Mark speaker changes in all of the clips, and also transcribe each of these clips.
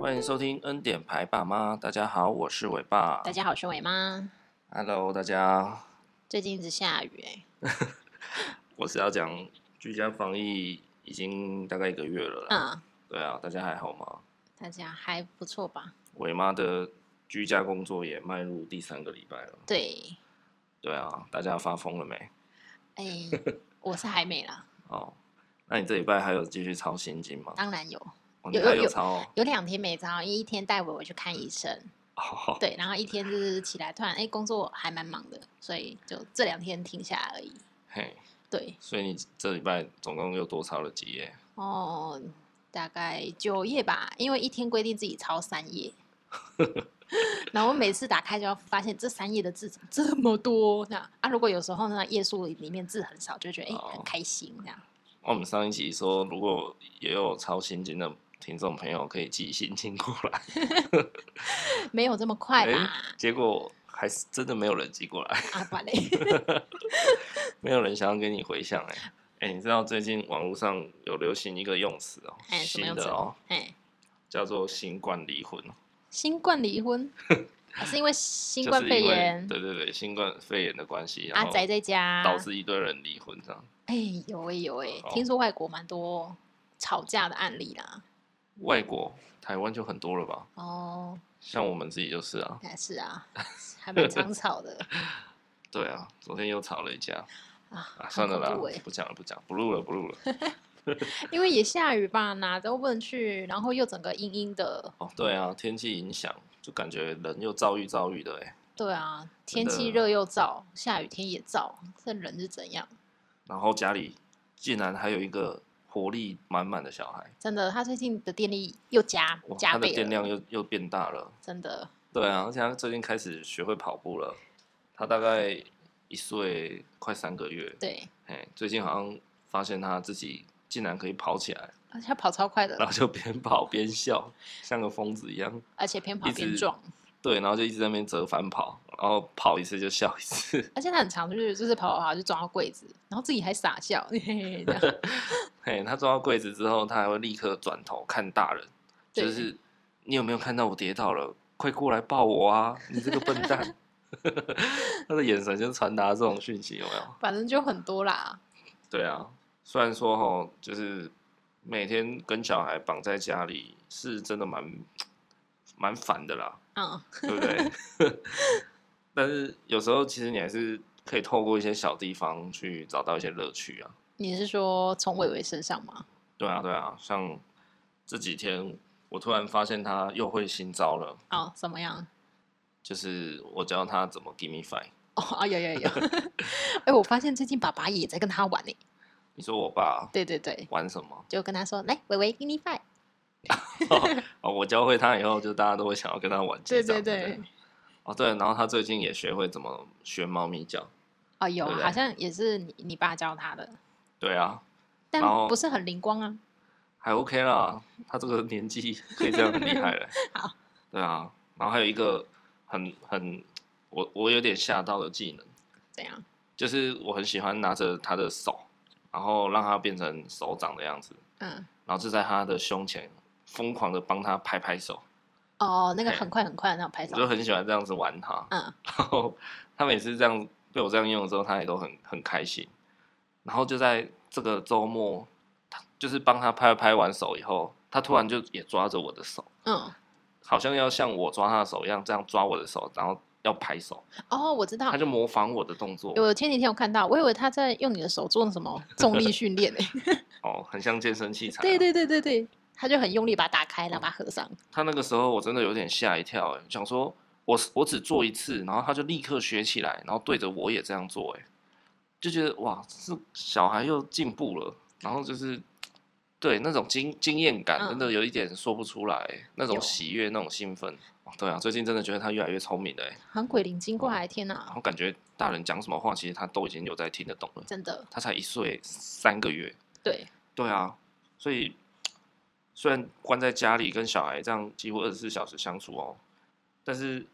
Speaker 1: 欢迎收听《恩典牌爸妈》，大家好，我是伟爸
Speaker 2: 大。家好，我是伟妈。
Speaker 1: Hello，大家，
Speaker 2: 最近一直下雨、欸，
Speaker 1: 我是要讲居家防疫已经大概一个月了啦。
Speaker 2: 嗯，
Speaker 1: 对啊，大家还好吗？
Speaker 2: 大家还不错吧？
Speaker 1: 伟妈的居家工作也迈入第三个礼拜了。
Speaker 2: 对，
Speaker 1: 对啊，大家发疯了没？
Speaker 2: 哎、我是还没啦，
Speaker 1: 哦，那你这礼拜还有继续抄心经吗？
Speaker 2: 当然有，
Speaker 1: 哦、你
Speaker 2: 啊有
Speaker 1: 还
Speaker 2: 有
Speaker 1: 有
Speaker 2: 有
Speaker 1: 抄哦、
Speaker 2: 有两天没招，因为一天带我我去看医生，
Speaker 1: 哦？
Speaker 2: 对，然后一天就是起来突然哎、工作还蛮忙的，所以就这两天停下来而已。
Speaker 1: 嘿，
Speaker 2: 对，
Speaker 1: 所以你这礼拜总共又多抄了几页？
Speaker 2: 哦，大概九页吧，因为一天规定自己抄三 页。然后我每次打开就要发现这三页的字怎么这么多，这样啊。如果有时候呢页数里面字很少，就会觉得哎、
Speaker 1: 哦
Speaker 2: 很开心这样。
Speaker 1: 我们上一集说，如果也有抄心经的听众朋友，可以寄心经过来。
Speaker 2: 没有这么快
Speaker 1: 诶
Speaker 2: 吧？
Speaker 1: 结果还是真的没有人寄过来，
Speaker 2: 啊，不然 嘞，
Speaker 1: 没有人想要跟你回向哎、哎、你知道最近网络上有流行一个用词哦、
Speaker 2: 哎，什
Speaker 1: 新
Speaker 2: 么样
Speaker 1: 的
Speaker 2: 子？
Speaker 1: 哦、
Speaker 2: 哎，
Speaker 1: 叫做“新冠离婚
Speaker 2: 新冠离 婚啊是因为”，新
Speaker 1: 就是
Speaker 2: 冠
Speaker 1: 因
Speaker 2: 肺
Speaker 1: 为
Speaker 2: 炎，
Speaker 1: 对对对，新冠肺炎的关系，然
Speaker 2: 阿
Speaker 1: 后
Speaker 2: 宅在家，
Speaker 1: 导致一堆人离婚这样。
Speaker 2: 哎，有哎有哎
Speaker 1: 哦，
Speaker 2: 听说外国蛮多吵架的案例啦。
Speaker 1: 外国台湾就很多了吧？
Speaker 2: 哦，
Speaker 1: 像我们自己就是啊，
Speaker 2: 哎是啊，还蛮常吵 的
Speaker 1: 对啊，昨天又吵了一架啊，
Speaker 2: 啊。
Speaker 1: 算了
Speaker 2: 很
Speaker 1: 啦
Speaker 2: 恐怖欸，
Speaker 1: 不讲了不讲，不录了不录了。
Speaker 2: 因为也下雨吧，哪都不能去，然后又整个阴阴的。
Speaker 1: 哦，对啊，天气影响，就感觉人又遭遇遭遇的哎、
Speaker 2: 对啊，
Speaker 1: 真
Speaker 2: 天
Speaker 1: 的
Speaker 2: 气热又燥，下雨天也燥，这人是怎样？
Speaker 1: 然后家里竟然还有一个活力满满的小孩，
Speaker 2: 真的，他最近的电力又加
Speaker 1: 哇，
Speaker 2: 加
Speaker 1: 他的
Speaker 2: 倍
Speaker 1: 电
Speaker 2: 了，
Speaker 1: 量又又变大了。
Speaker 2: 真的。
Speaker 1: 对啊，而且他最近开始学会跑步了，他大概一岁快三个月，
Speaker 2: 对，
Speaker 1: 哎，最近好像发现他自己竟然可以跑起来，
Speaker 2: 而且他跑超快的
Speaker 1: 然，后就边跑边笑，像个疯子一样。
Speaker 2: 而且边跑
Speaker 1: 一直
Speaker 2: 边撞，
Speaker 1: 对，然后就一直在那边折返跑，然后跑一次就笑一次。
Speaker 2: 而且他很常就是就是跑跑跑就撞到柜子，然后自己还傻笑，嘿嘿嘿 这样
Speaker 1: 嘿，他撞到柜子之后，他还会立刻转头看大人，就
Speaker 2: 对
Speaker 1: 是你有没有看到我跌倒了？快过来抱我啊！你这个笨蛋！他的眼神就传达这种讯息，有没有？
Speaker 2: 反正就很多啦。
Speaker 1: 对啊，虽然说吼，就是每天跟小孩绑在家里，是真的蛮蛮烦的啦，
Speaker 2: 嗯，
Speaker 1: 对不对？ 但是有时候其实你还是可以透过一些小地方去找到一些乐趣啊。
Speaker 2: 你是说从伟伟身上吗？
Speaker 1: 对啊，对啊，像这几天我突然发现他又会新招了，
Speaker 2: 哦，怎么样？
Speaker 1: 就是我教他怎么 give me five。
Speaker 2: 哦，啊 有有有，哎、我发现最近爸爸也在跟他玩呢。
Speaker 1: 你说我爸
Speaker 2: 对对对，
Speaker 1: 玩什么？
Speaker 2: 就跟他说，来，伟伟，给你拜。
Speaker 1: 哦，我教会他以后，就大家都会想要跟他玩
Speaker 2: 对
Speaker 1: 结账。
Speaker 2: 对
Speaker 1: 不
Speaker 2: 对，。
Speaker 1: 哦，对，然后他最近也学会怎么学猫咪叫。
Speaker 2: 哦，有，
Speaker 1: 对不对
Speaker 2: 好像也是你你爸教他的，
Speaker 1: 对啊，
Speaker 2: 但
Speaker 1: 然后
Speaker 2: 不是很灵光啊。。
Speaker 1: 还 OK 啦，他这个年纪可以这样很厉害了
Speaker 2: 好。
Speaker 1: 对啊，然后还有一个很很我我有点吓到的技能。
Speaker 2: 怎样？
Speaker 1: 就是我很喜欢拿着他的手，然后让他变成手掌的样子，
Speaker 2: 嗯，
Speaker 1: 然后就在他的胸前疯狂的帮他拍拍手，
Speaker 2: 哦，那个
Speaker 1: 嘿
Speaker 2: 很快很快的那种拍
Speaker 1: 我
Speaker 2: 手，
Speaker 1: 就很喜欢这样子玩他。
Speaker 2: 嗯，
Speaker 1: 然后他每次这样被我这样用的时候，他也都很很开心。然后就在这个周末，他就是帮他拍拍完手以后，他突然就也抓着我的手，
Speaker 2: 嗯，
Speaker 1: 好像要像我抓他的手一样，这样抓我的手，然后要拍手，
Speaker 2: 哦，我知道
Speaker 1: 他，就模仿我的动作，
Speaker 2: 我前几天有看到，我以为他在用你的手做那 什么重力训练呢。
Speaker 1: 哦，很像健身器材啊。
Speaker 2: 对对对对对，他就很用力把它打开，
Speaker 1: 哦
Speaker 2: 然后把它合上。
Speaker 1: 他那个时候我真的有点吓一跳、欸，想说我我只做一次，然后他就立刻学起来，然后对着我也这样做、欸，就觉得哇，这小孩又进步了，然后就是对那种经经验感
Speaker 2: 嗯
Speaker 1: 真的有一点说不出来、欸那种
Speaker 2: 有
Speaker 1: 喜悦，那种兴奋。哇对啊，最近真的觉得他越来越聪明了、欸，
Speaker 2: 很鬼灵精怪，天
Speaker 1: 然
Speaker 2: 哪，
Speaker 1: 后感觉大人讲什么话，其实他都已经有在听得懂了。
Speaker 2: 真的，
Speaker 1: 他才一岁三个月，
Speaker 2: 对，
Speaker 1: 对啊，所以虽然关在家里跟小孩这样几乎二十四小时相处哦，但是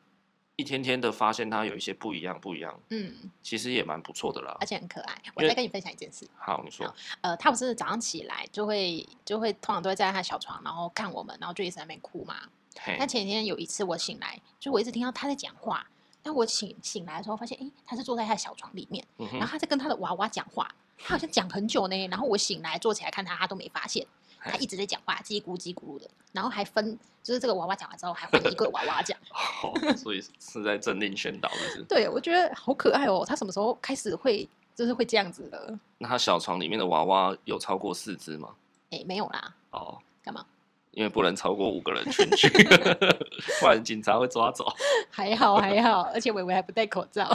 Speaker 1: 一天天的发现他有一些不一样，不一样，
Speaker 2: 嗯，
Speaker 1: 其实也蛮不错的啦
Speaker 2: 而。且很可爱。我
Speaker 1: 因为
Speaker 2: 再跟你分享一件事，
Speaker 1: 好，你说，
Speaker 2: 呃，他不是早上起来就会就会通常都会在他小床，然后看我们，然后就一直在那边哭嘛。
Speaker 1: 嘿
Speaker 2: 那，前几天有一次我醒来，就我一直听到他在讲话，但我醒醒来的时候发现，诶、他是坐在他的小床里面，
Speaker 1: 嗯
Speaker 2: 然
Speaker 1: 哼，
Speaker 2: 后他在跟他的娃娃讲话，他好像讲很久呢。然后我醒来坐起来看他，他都没发现，他
Speaker 1: 嘿
Speaker 2: 一直在讲话，叽咕叽咕的，然后还分，就是这个娃娃讲完之后还换一个娃娃讲。
Speaker 1: 哦，所以是在政令宣导，就是
Speaker 2: 对，我觉得好可爱哦。他什么时候开始会就是会这样子的？
Speaker 1: 那他小床里面的娃娃有超过四只吗？
Speaker 2: 诶、没有啦，
Speaker 1: 哦，
Speaker 2: 干嘛？
Speaker 1: 因为不能超过五个人群聚， 不然警察会抓走。
Speaker 2: 还好还好，而且伟伟还不戴口 罩。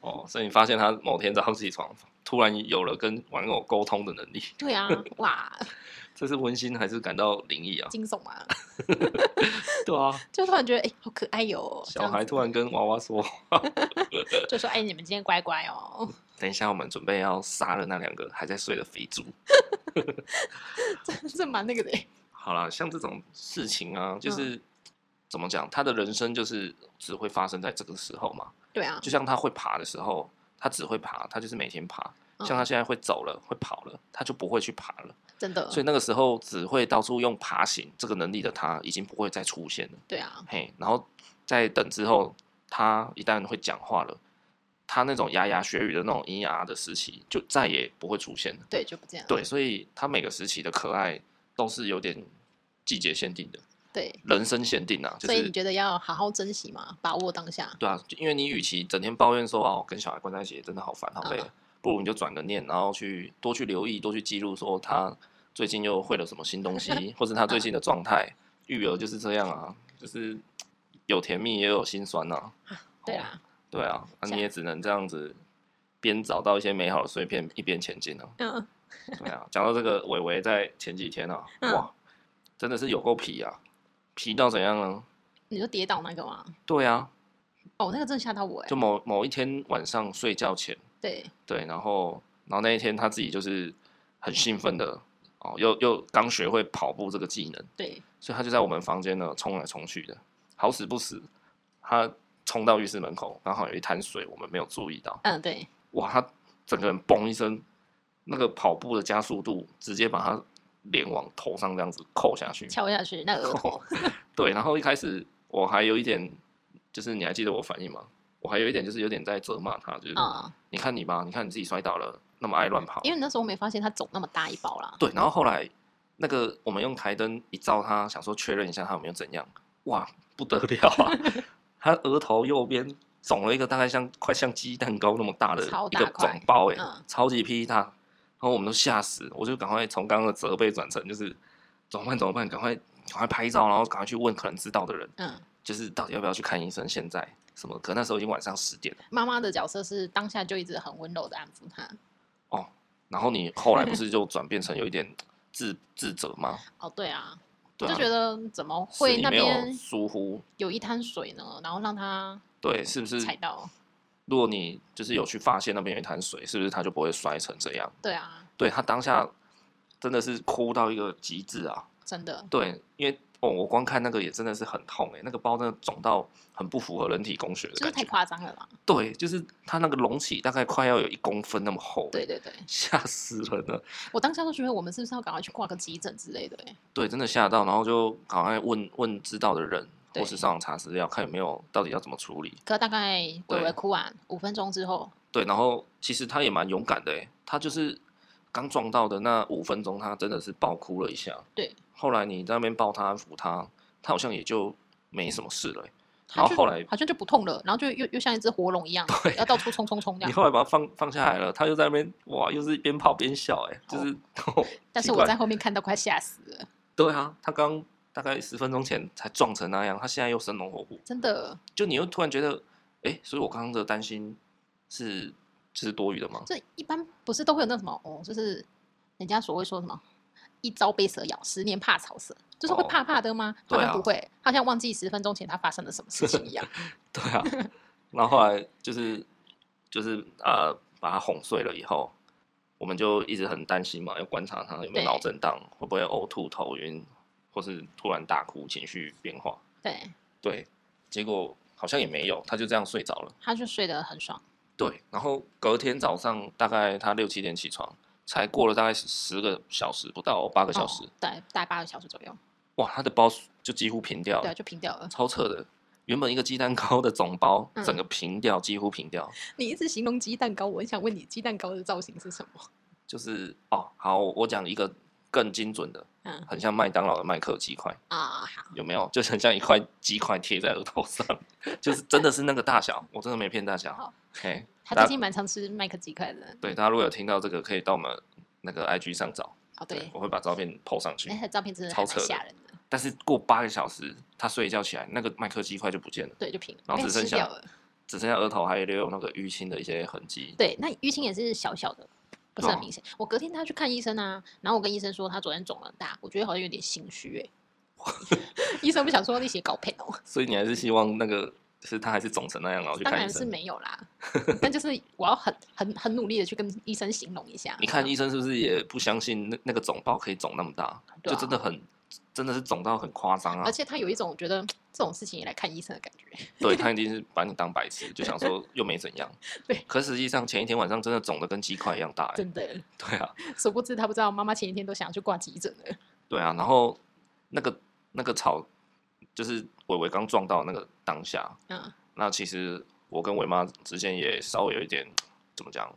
Speaker 1: 哦，所以你发现他某天早上起床，突然有了跟玩偶沟通的能力，
Speaker 2: 对啊，哇，
Speaker 1: 这是温馨还是感到灵异啊？
Speaker 2: 惊悚啊！
Speaker 1: 对啊，
Speaker 2: 就突然觉得诶、好可爱哟、哦。这
Speaker 1: 小
Speaker 2: 样
Speaker 1: 孩
Speaker 2: 子
Speaker 1: 突然跟娃娃说
Speaker 2: 就说：“哎、你们今天乖乖 哦。：“
Speaker 1: 等一下，我们准备要杀了那两个还在睡的肥猪。
Speaker 2: 这”这蛮那个的欸。”
Speaker 1: 好啦，像这种事情
Speaker 2: 嗯
Speaker 1: 啊，就是、怎么讲，他的人生就是只会发生在这个时候嘛。
Speaker 2: 对啊，
Speaker 1: 就像他会爬的时候，他只会爬，他就是每天爬。
Speaker 2: 嗯
Speaker 1: 像他现在会走了，会跑了，他就不会去爬了。
Speaker 2: 真的。
Speaker 1: 所以那个时候只会到处用爬行这个能力的他，已经不会再出现了。
Speaker 2: 对啊，
Speaker 1: 嘿，然后再等之后，他一旦会讲话了，他那种牙牙学语的那种咿呀的时期，就再也不会出现了。
Speaker 2: 对，就不这样。
Speaker 1: 对，所以他每个时期的可爱都是有点季节限定的，
Speaker 2: 对，
Speaker 1: 人生限定啊，就
Speaker 2: 所以你
Speaker 1: 是。
Speaker 2: 觉得要好好珍惜嘛，把握当下。
Speaker 1: 对啊，就因为你与其整天抱怨说哦跟小孩关在一起真的好烦好累，
Speaker 2: 嗯
Speaker 1: 不如你就转个念，然后去多去留意，多去记录说他最近又会了什么新东西，或是他最近的状态。育儿就是这样啊，就是有甜蜜也有心酸呐、啊。
Speaker 2: 对啊，
Speaker 1: 对啊，那、
Speaker 2: 这
Speaker 1: 你也只能这样子，边找到一些美好的碎片，一边前进啊。
Speaker 2: 嗯，
Speaker 1: 对啊，讲到这个，伟伟在前几天啊，
Speaker 2: 嗯
Speaker 1: 哇，真的是有够皮啊，皮到怎样呢？
Speaker 2: 你就跌倒那个嘛，
Speaker 1: 对啊，
Speaker 2: 哦，那个真的吓到我哎、
Speaker 1: 就某某一天晚上睡觉前，
Speaker 2: 对，
Speaker 1: 对，然后然后那一天他自己就是很兴奋的哦，又又刚学会跑步这个技能，
Speaker 2: 对，
Speaker 1: 所以他就在我们房间呢冲来冲去的，好死不死，他冲到浴室门口，刚好有一滩水，我们没有注意到，
Speaker 2: 嗯，对，
Speaker 1: 哇，他整个人嘣一声，那个跑步的加速度直接把他脸往头上这样子扣下去，
Speaker 2: 敲下去那个额头，
Speaker 1: 对，然后一开始我还有一点，就是你还记得我反应吗？我还有一点就是有点在责骂他，就是、
Speaker 2: 嗯，
Speaker 1: 你看你吧，你看你自己摔倒了，那么爱乱跑，
Speaker 2: 因为那时候没发现它肿那么大一包啦。
Speaker 1: 对，然后后来那个我们用台灯一照他，想说确认一下他有没有怎样，哇，不得了啊！他额头右边肿了一个大概像快像鸡蛋糕那么大的
Speaker 2: 超
Speaker 1: 一
Speaker 2: 大
Speaker 1: 个
Speaker 2: 块
Speaker 1: 肿包、欸，
Speaker 2: 嗯
Speaker 1: 超级霹雳大，然后我们都吓死，我就赶快从刚刚的责备转成就是怎么办怎么办，赶快赶快拍照，然后赶快去问可能知道的人，
Speaker 2: 嗯，
Speaker 1: 就是到底要不要去看医生，现在什么？可那时候已经晚上十点了。
Speaker 2: 妈妈的角色是当下就一直很温柔的安抚他。
Speaker 1: 然后你后来不是就转变成有一点自自责吗？
Speaker 2: 哦，对啊，
Speaker 1: 对、啊，
Speaker 2: 就觉得怎么
Speaker 1: 是
Speaker 2: 会
Speaker 1: 你
Speaker 2: 那
Speaker 1: 没有
Speaker 2: 边
Speaker 1: 疏忽，
Speaker 2: 有一滩水呢？然后让他
Speaker 1: 对，是不是？
Speaker 2: 踩到？
Speaker 1: 如果你就是有去发现那边有一滩水，是不是他就不会摔成这样？
Speaker 2: 对啊，
Speaker 1: 对他当下真的是哭到一个极致啊！
Speaker 2: 真的，
Speaker 1: 对，因为哦，我光看那个也真的是很痛哎、那个包真的肿到很不符合人体工学的
Speaker 2: 就是
Speaker 1: 感
Speaker 2: 太
Speaker 1: 觉。
Speaker 2: 夸张了啦。
Speaker 1: 对，就是它那个隆起大概快要有一公分那么厚、欸
Speaker 2: 对，对对，
Speaker 1: 吓死人了。
Speaker 2: 我当下都觉得我们是不是要赶快去挂个急诊之类的、欸？
Speaker 1: 对，真的吓到，然后就赶快问问知道的人，
Speaker 2: 对
Speaker 1: 或是上网查资料，看有没有到底要怎么处理。
Speaker 2: 可大概鬼
Speaker 1: 对
Speaker 2: 鬼哭完五分钟之后，
Speaker 1: 对，然后其实他也蛮勇敢的欸，他就是刚撞到的那五分钟，他真的是爆哭了一下。
Speaker 2: 对，
Speaker 1: 后来你在那边抱他安抚他，他好像也就没什么事了欸。
Speaker 2: 他
Speaker 1: 然后
Speaker 2: 就
Speaker 1: 后来
Speaker 2: 好像就不痛了，然后就又又像一只活龙一样，要到处冲冲冲这
Speaker 1: 你
Speaker 2: 样。
Speaker 1: 后来把他放放下来了，他又在那边哇，又是边泡边笑，哎，就是，
Speaker 2: 哦 但是
Speaker 1: 奇
Speaker 2: 我
Speaker 1: 怪
Speaker 2: 在后面看到快吓死了，
Speaker 1: 对啊，他刚大概十分钟前才撞成那样，他现在又生龙活虎，
Speaker 2: 真的，
Speaker 1: 就你又突然觉得，哎，所以我刚刚的担心是是多余的吗？
Speaker 2: 这一般不是都会有那什么哦，就是人家所谓说什么“一朝被蛇咬，十年怕草蛇”，就是会
Speaker 1: 哦
Speaker 2: 怕怕的吗？
Speaker 1: 对
Speaker 2: 他
Speaker 1: 啊
Speaker 2: 们不会，他好像忘记十分钟前他发生了什么事情一 样。
Speaker 1: 对啊，然后后来就是就是呃，把他哄睡了以后，我们就一直很担心嘛，要观察他有没有
Speaker 2: 对
Speaker 1: 脑震荡，会不会呕吐、头晕，或是突然大哭、情绪变化。
Speaker 2: 对，
Speaker 1: 对，结果好像也没有，他就这样睡着了。
Speaker 2: 他就睡得很爽，
Speaker 1: 对，然后隔天早上大概他六七点起床，才过了大概十个小时不到，八个
Speaker 2: 个
Speaker 1: 小时，
Speaker 2: 大概大概八个小时左右。
Speaker 1: 哇，他的包就几乎平掉
Speaker 2: 对
Speaker 1: 了
Speaker 2: 啊，，就平掉了。
Speaker 1: 超扯的。原本一个鸡蛋糕的总包，
Speaker 2: 嗯
Speaker 1: 整个平掉，几乎平 掉，
Speaker 2: 你一直形容鸡蛋糕，我很想问你鸡蛋糕的造型是什么？
Speaker 1: 就是哦，好，我我讲一个更精准的，
Speaker 2: 嗯
Speaker 1: 很像麦当劳的麦克鸡块，
Speaker 2: 啊，好
Speaker 1: 有没有？就是很像一块鸡块贴在额头上， 就是真的是那个大小，我真的没骗大家
Speaker 2: 好。
Speaker 1: OK，
Speaker 2: 他
Speaker 1: 大
Speaker 2: 最近蛮常吃麦克鸡块的。
Speaker 1: 对大家如果有听到这个，可以到我们那个 IG 上找，
Speaker 2: 哦，对，哎
Speaker 1: 我会把照片 PO 上去
Speaker 2: 那。他照片真的
Speaker 1: 超
Speaker 2: 还
Speaker 1: 扯
Speaker 2: 蛮
Speaker 1: 的
Speaker 2: 吓人的。
Speaker 1: 但是过八个小时，他睡一觉起来，那个麦克鸡块就不见了，
Speaker 2: 对，就平了，
Speaker 1: 然后
Speaker 2: 被
Speaker 1: 只剩
Speaker 2: 吃
Speaker 1: 下
Speaker 2: 掉了。
Speaker 1: 只剩下额头还留有那个淤青的一些痕迹。
Speaker 2: 对，那淤青也是小小的，不是
Speaker 1: 哦
Speaker 2: 很明显。我隔天他去看医生啊，然后我跟医生说他昨天肿了很大，我觉得好像有点心虚哎、 医生不想说那些搞配哦，
Speaker 1: 所以你还是希望那个是他还是肿成那样，然后去
Speaker 2: 当
Speaker 1: 看医
Speaker 2: 然是
Speaker 1: 生。
Speaker 2: 没有 啦，但就是我要很很很努力的去跟医生形容一下。
Speaker 1: 你看医生是不是也不相信那那个肿包可以肿那么大？
Speaker 2: 对
Speaker 1: 就
Speaker 2: 啊
Speaker 1: 真的很，真的是肿到很夸张啊
Speaker 2: 而！且他有一种我觉得这种事情也来看医生的感觉。
Speaker 1: 对他一定是把你当白痴，就想说又没怎样。
Speaker 2: 对，
Speaker 1: 可实际上前一天晚上真的肿的跟鸡块一样大、欸。
Speaker 2: 真的，
Speaker 1: 对啊，
Speaker 2: 殊不知他不知道妈妈前一天都想要去挂急诊了。
Speaker 1: 对啊。然后那个那个草，就是伟伟刚撞到那个当下，
Speaker 2: 嗯，
Speaker 1: 那其实我跟伟妈之间也稍微有一点怎么讲，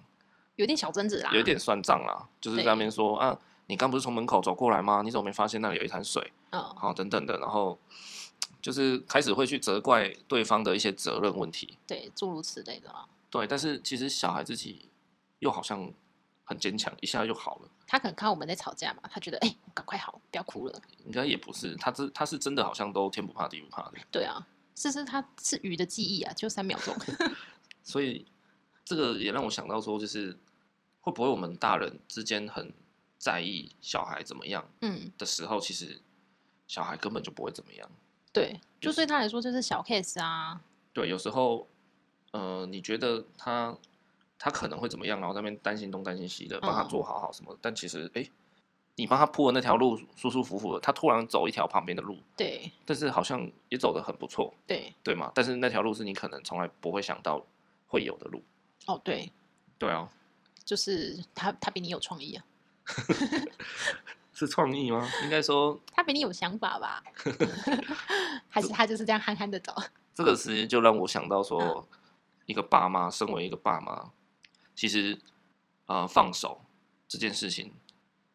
Speaker 2: 有点小争执啦，
Speaker 1: 有一点算账啦，就是在那边说啊，你刚不是从门口走过来吗？你怎么没发现那里有一滩水？
Speaker 2: 嗯，
Speaker 1: 好，等等的，然后就是开始会去责怪对方的一些责任问题。
Speaker 2: 对，诸如此类的啦。
Speaker 1: 对，但是其实小孩自己又好像很坚强，一下就好了。
Speaker 2: 他可能看我们在吵架嘛，他觉得哎，赶、快好，不要哭了。
Speaker 1: 应该也不是，他这他是真的好像都天不怕地不怕的，
Speaker 2: 对啊，这是他是鱼的记忆啊，就三秒 钟。
Speaker 1: 所以这个也让我想到说，就是会不会我们大人之间很在意小孩怎么样？
Speaker 2: 嗯，
Speaker 1: 的时候，其实小孩根本就不会怎么样。
Speaker 2: 对，
Speaker 1: 就
Speaker 2: 就是对他来说就是小 case 啊。
Speaker 1: 对，有时候，呃，你觉得他他可能会怎么样，然后在那边担心东担心西的，帮他
Speaker 2: 嗯
Speaker 1: 做好好什么，但其实，哎、你帮他铺的那条路舒舒服服的，他突然走一条旁边的路，
Speaker 2: 对
Speaker 1: 但是好像也走得很不错，
Speaker 2: 对，
Speaker 1: 对吗？但是那条路是你可能从来不会想到会有的路。
Speaker 2: 哦对，
Speaker 1: 对啊，
Speaker 2: 就是他他比你有创意啊，
Speaker 1: 是创意吗？应该说，
Speaker 2: 他比你有想法 吧？还是他就是这样憨憨的找？
Speaker 1: 这个时间就让我想到说
Speaker 2: 嗯，
Speaker 1: 一个爸妈，身为一个爸妈，其实呃，放手这件事情，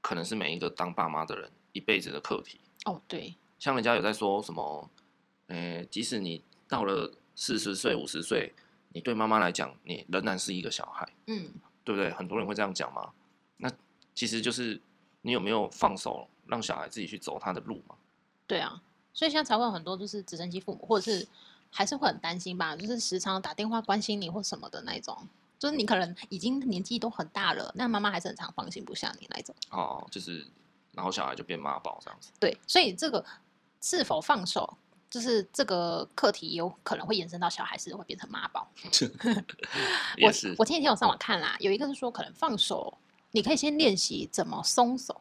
Speaker 1: 可能是每一个当爸妈的人一辈子的课题。
Speaker 2: 哦对，
Speaker 1: 像人家有在说什么，呃，即使你到了四十岁、五十岁，你对妈妈来讲，你仍然是一个小孩，
Speaker 2: 嗯，
Speaker 1: 对不对？很多人会这样讲嘛。那其实就是你有没有放手，让小孩自己去走他的路嘛？
Speaker 2: 对啊，所以现在才会有很多就是直升机父母，或者是还是会很担心吧，就是时常打电话关心你或什么的那一种。就是你可能已经年纪都很大了，那妈妈还是很常放心不下你那一种。
Speaker 1: 哦，就是然后小孩就变妈宝这样子。
Speaker 2: 对，所以这个是否放手，就是这个课题有可能会延伸到小孩是会变成妈宝。
Speaker 1: 也
Speaker 2: 我
Speaker 1: 是
Speaker 2: 我前几天有上网看啦，有一个是说可能放手，你可以先练习怎么松手，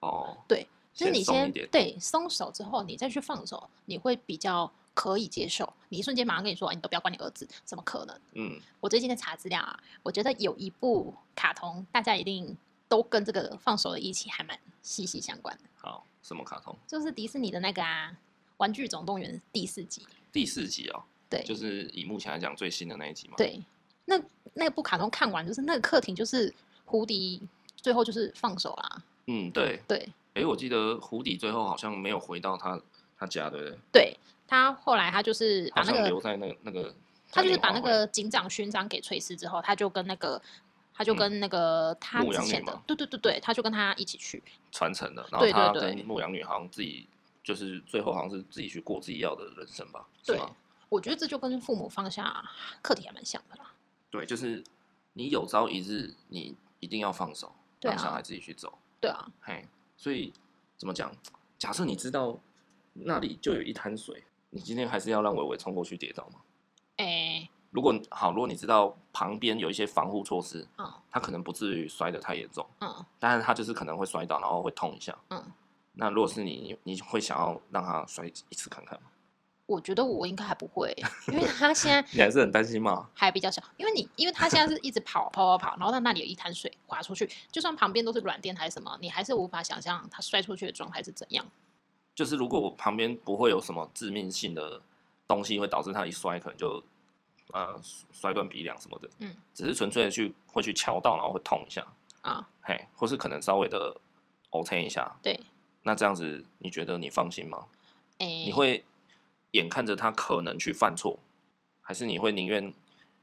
Speaker 1: 哦，
Speaker 2: 对，就是你
Speaker 1: 松一
Speaker 2: 先
Speaker 1: 点。
Speaker 2: 对松手之后，你再去放手，你会比较可以接受。你一瞬间马上跟你说，哎你都不要管你儿子，怎么可能？
Speaker 1: 嗯，
Speaker 2: 我最近在查资料啊，我觉得有一部卡通，大家一定都跟这个放手的议题还蛮息息相关的，
Speaker 1: 好，什么卡通？
Speaker 2: 就是迪士尼的那个啊，《玩具总动员》第四集。
Speaker 1: 第四集哦，
Speaker 2: 对，
Speaker 1: 就是以目前来讲最新的那一集嘛。，
Speaker 2: 对，那那部卡通看完，就是那个客厅，就是胡迪最后就是放手啦。
Speaker 1: 嗯，对。
Speaker 2: 对
Speaker 1: 哎，我记得胡迪最后好像没有回到他他家，对不对？
Speaker 2: 对，他后来他就是把
Speaker 1: 好
Speaker 2: 那
Speaker 1: 像
Speaker 2: 个
Speaker 1: 留在那个那个。
Speaker 2: 他就是把那
Speaker 1: 嘉年华会
Speaker 2: 个警长勋章给崔斯之后，他就跟那个。他就跟那个他
Speaker 1: 嗯牧
Speaker 2: 之
Speaker 1: 羊女
Speaker 2: 前的
Speaker 1: 嘛，
Speaker 2: 对对对对，他就跟他一起去，
Speaker 1: 传承的，然后
Speaker 2: 对对
Speaker 1: 他
Speaker 2: 对
Speaker 1: 跟牧羊女好像自己就是最后好像是自己去过自己要的人生吧？是
Speaker 2: 对
Speaker 1: 吗？
Speaker 2: 我觉得这就跟父母放下课题还蛮像的啦。
Speaker 1: 对，就是你有朝一日你一定要放手，
Speaker 2: 对
Speaker 1: 让小
Speaker 2: 啊
Speaker 1: 孩自己去走。
Speaker 2: 对啊，
Speaker 1: 嘿，所以怎么讲？假设你知道那里就有一滩水，你今天还是要让伟伟冲过去跌倒吗？
Speaker 2: 哎，
Speaker 1: 如果好，如果你知道旁边有一些防护措施，
Speaker 2: 嗯
Speaker 1: 他可能不至于摔得太严重，
Speaker 2: 嗯
Speaker 1: 但是他就是可能会摔倒，然后会痛一下。
Speaker 2: 嗯，
Speaker 1: 那如果是你，你你会想要让他摔一次看看吗？
Speaker 2: 我觉得我应该还不会，因为他现在
Speaker 1: 你还是很担心嘛？
Speaker 2: 还比较小，因为你因为他现在是一直跑跑跑跑，然后他那里有一滩水滑出去，就算旁边都是软垫还是什么，你还是无法想象他摔出去的状态是怎样。
Speaker 1: 就是如果我旁边不会有什么致命性的东西，会导致它一摔可能就呃摔断鼻梁什么的，
Speaker 2: 嗯，
Speaker 1: 只是纯粹的去会去敲到，然后会痛一下，
Speaker 2: 啊，
Speaker 1: 嘿，或是可能稍微的 O K 一下，
Speaker 2: 对，
Speaker 1: 那这样子你觉得你放心吗？
Speaker 2: 哎、
Speaker 1: 你会眼看着他可能去犯错，还是你会宁愿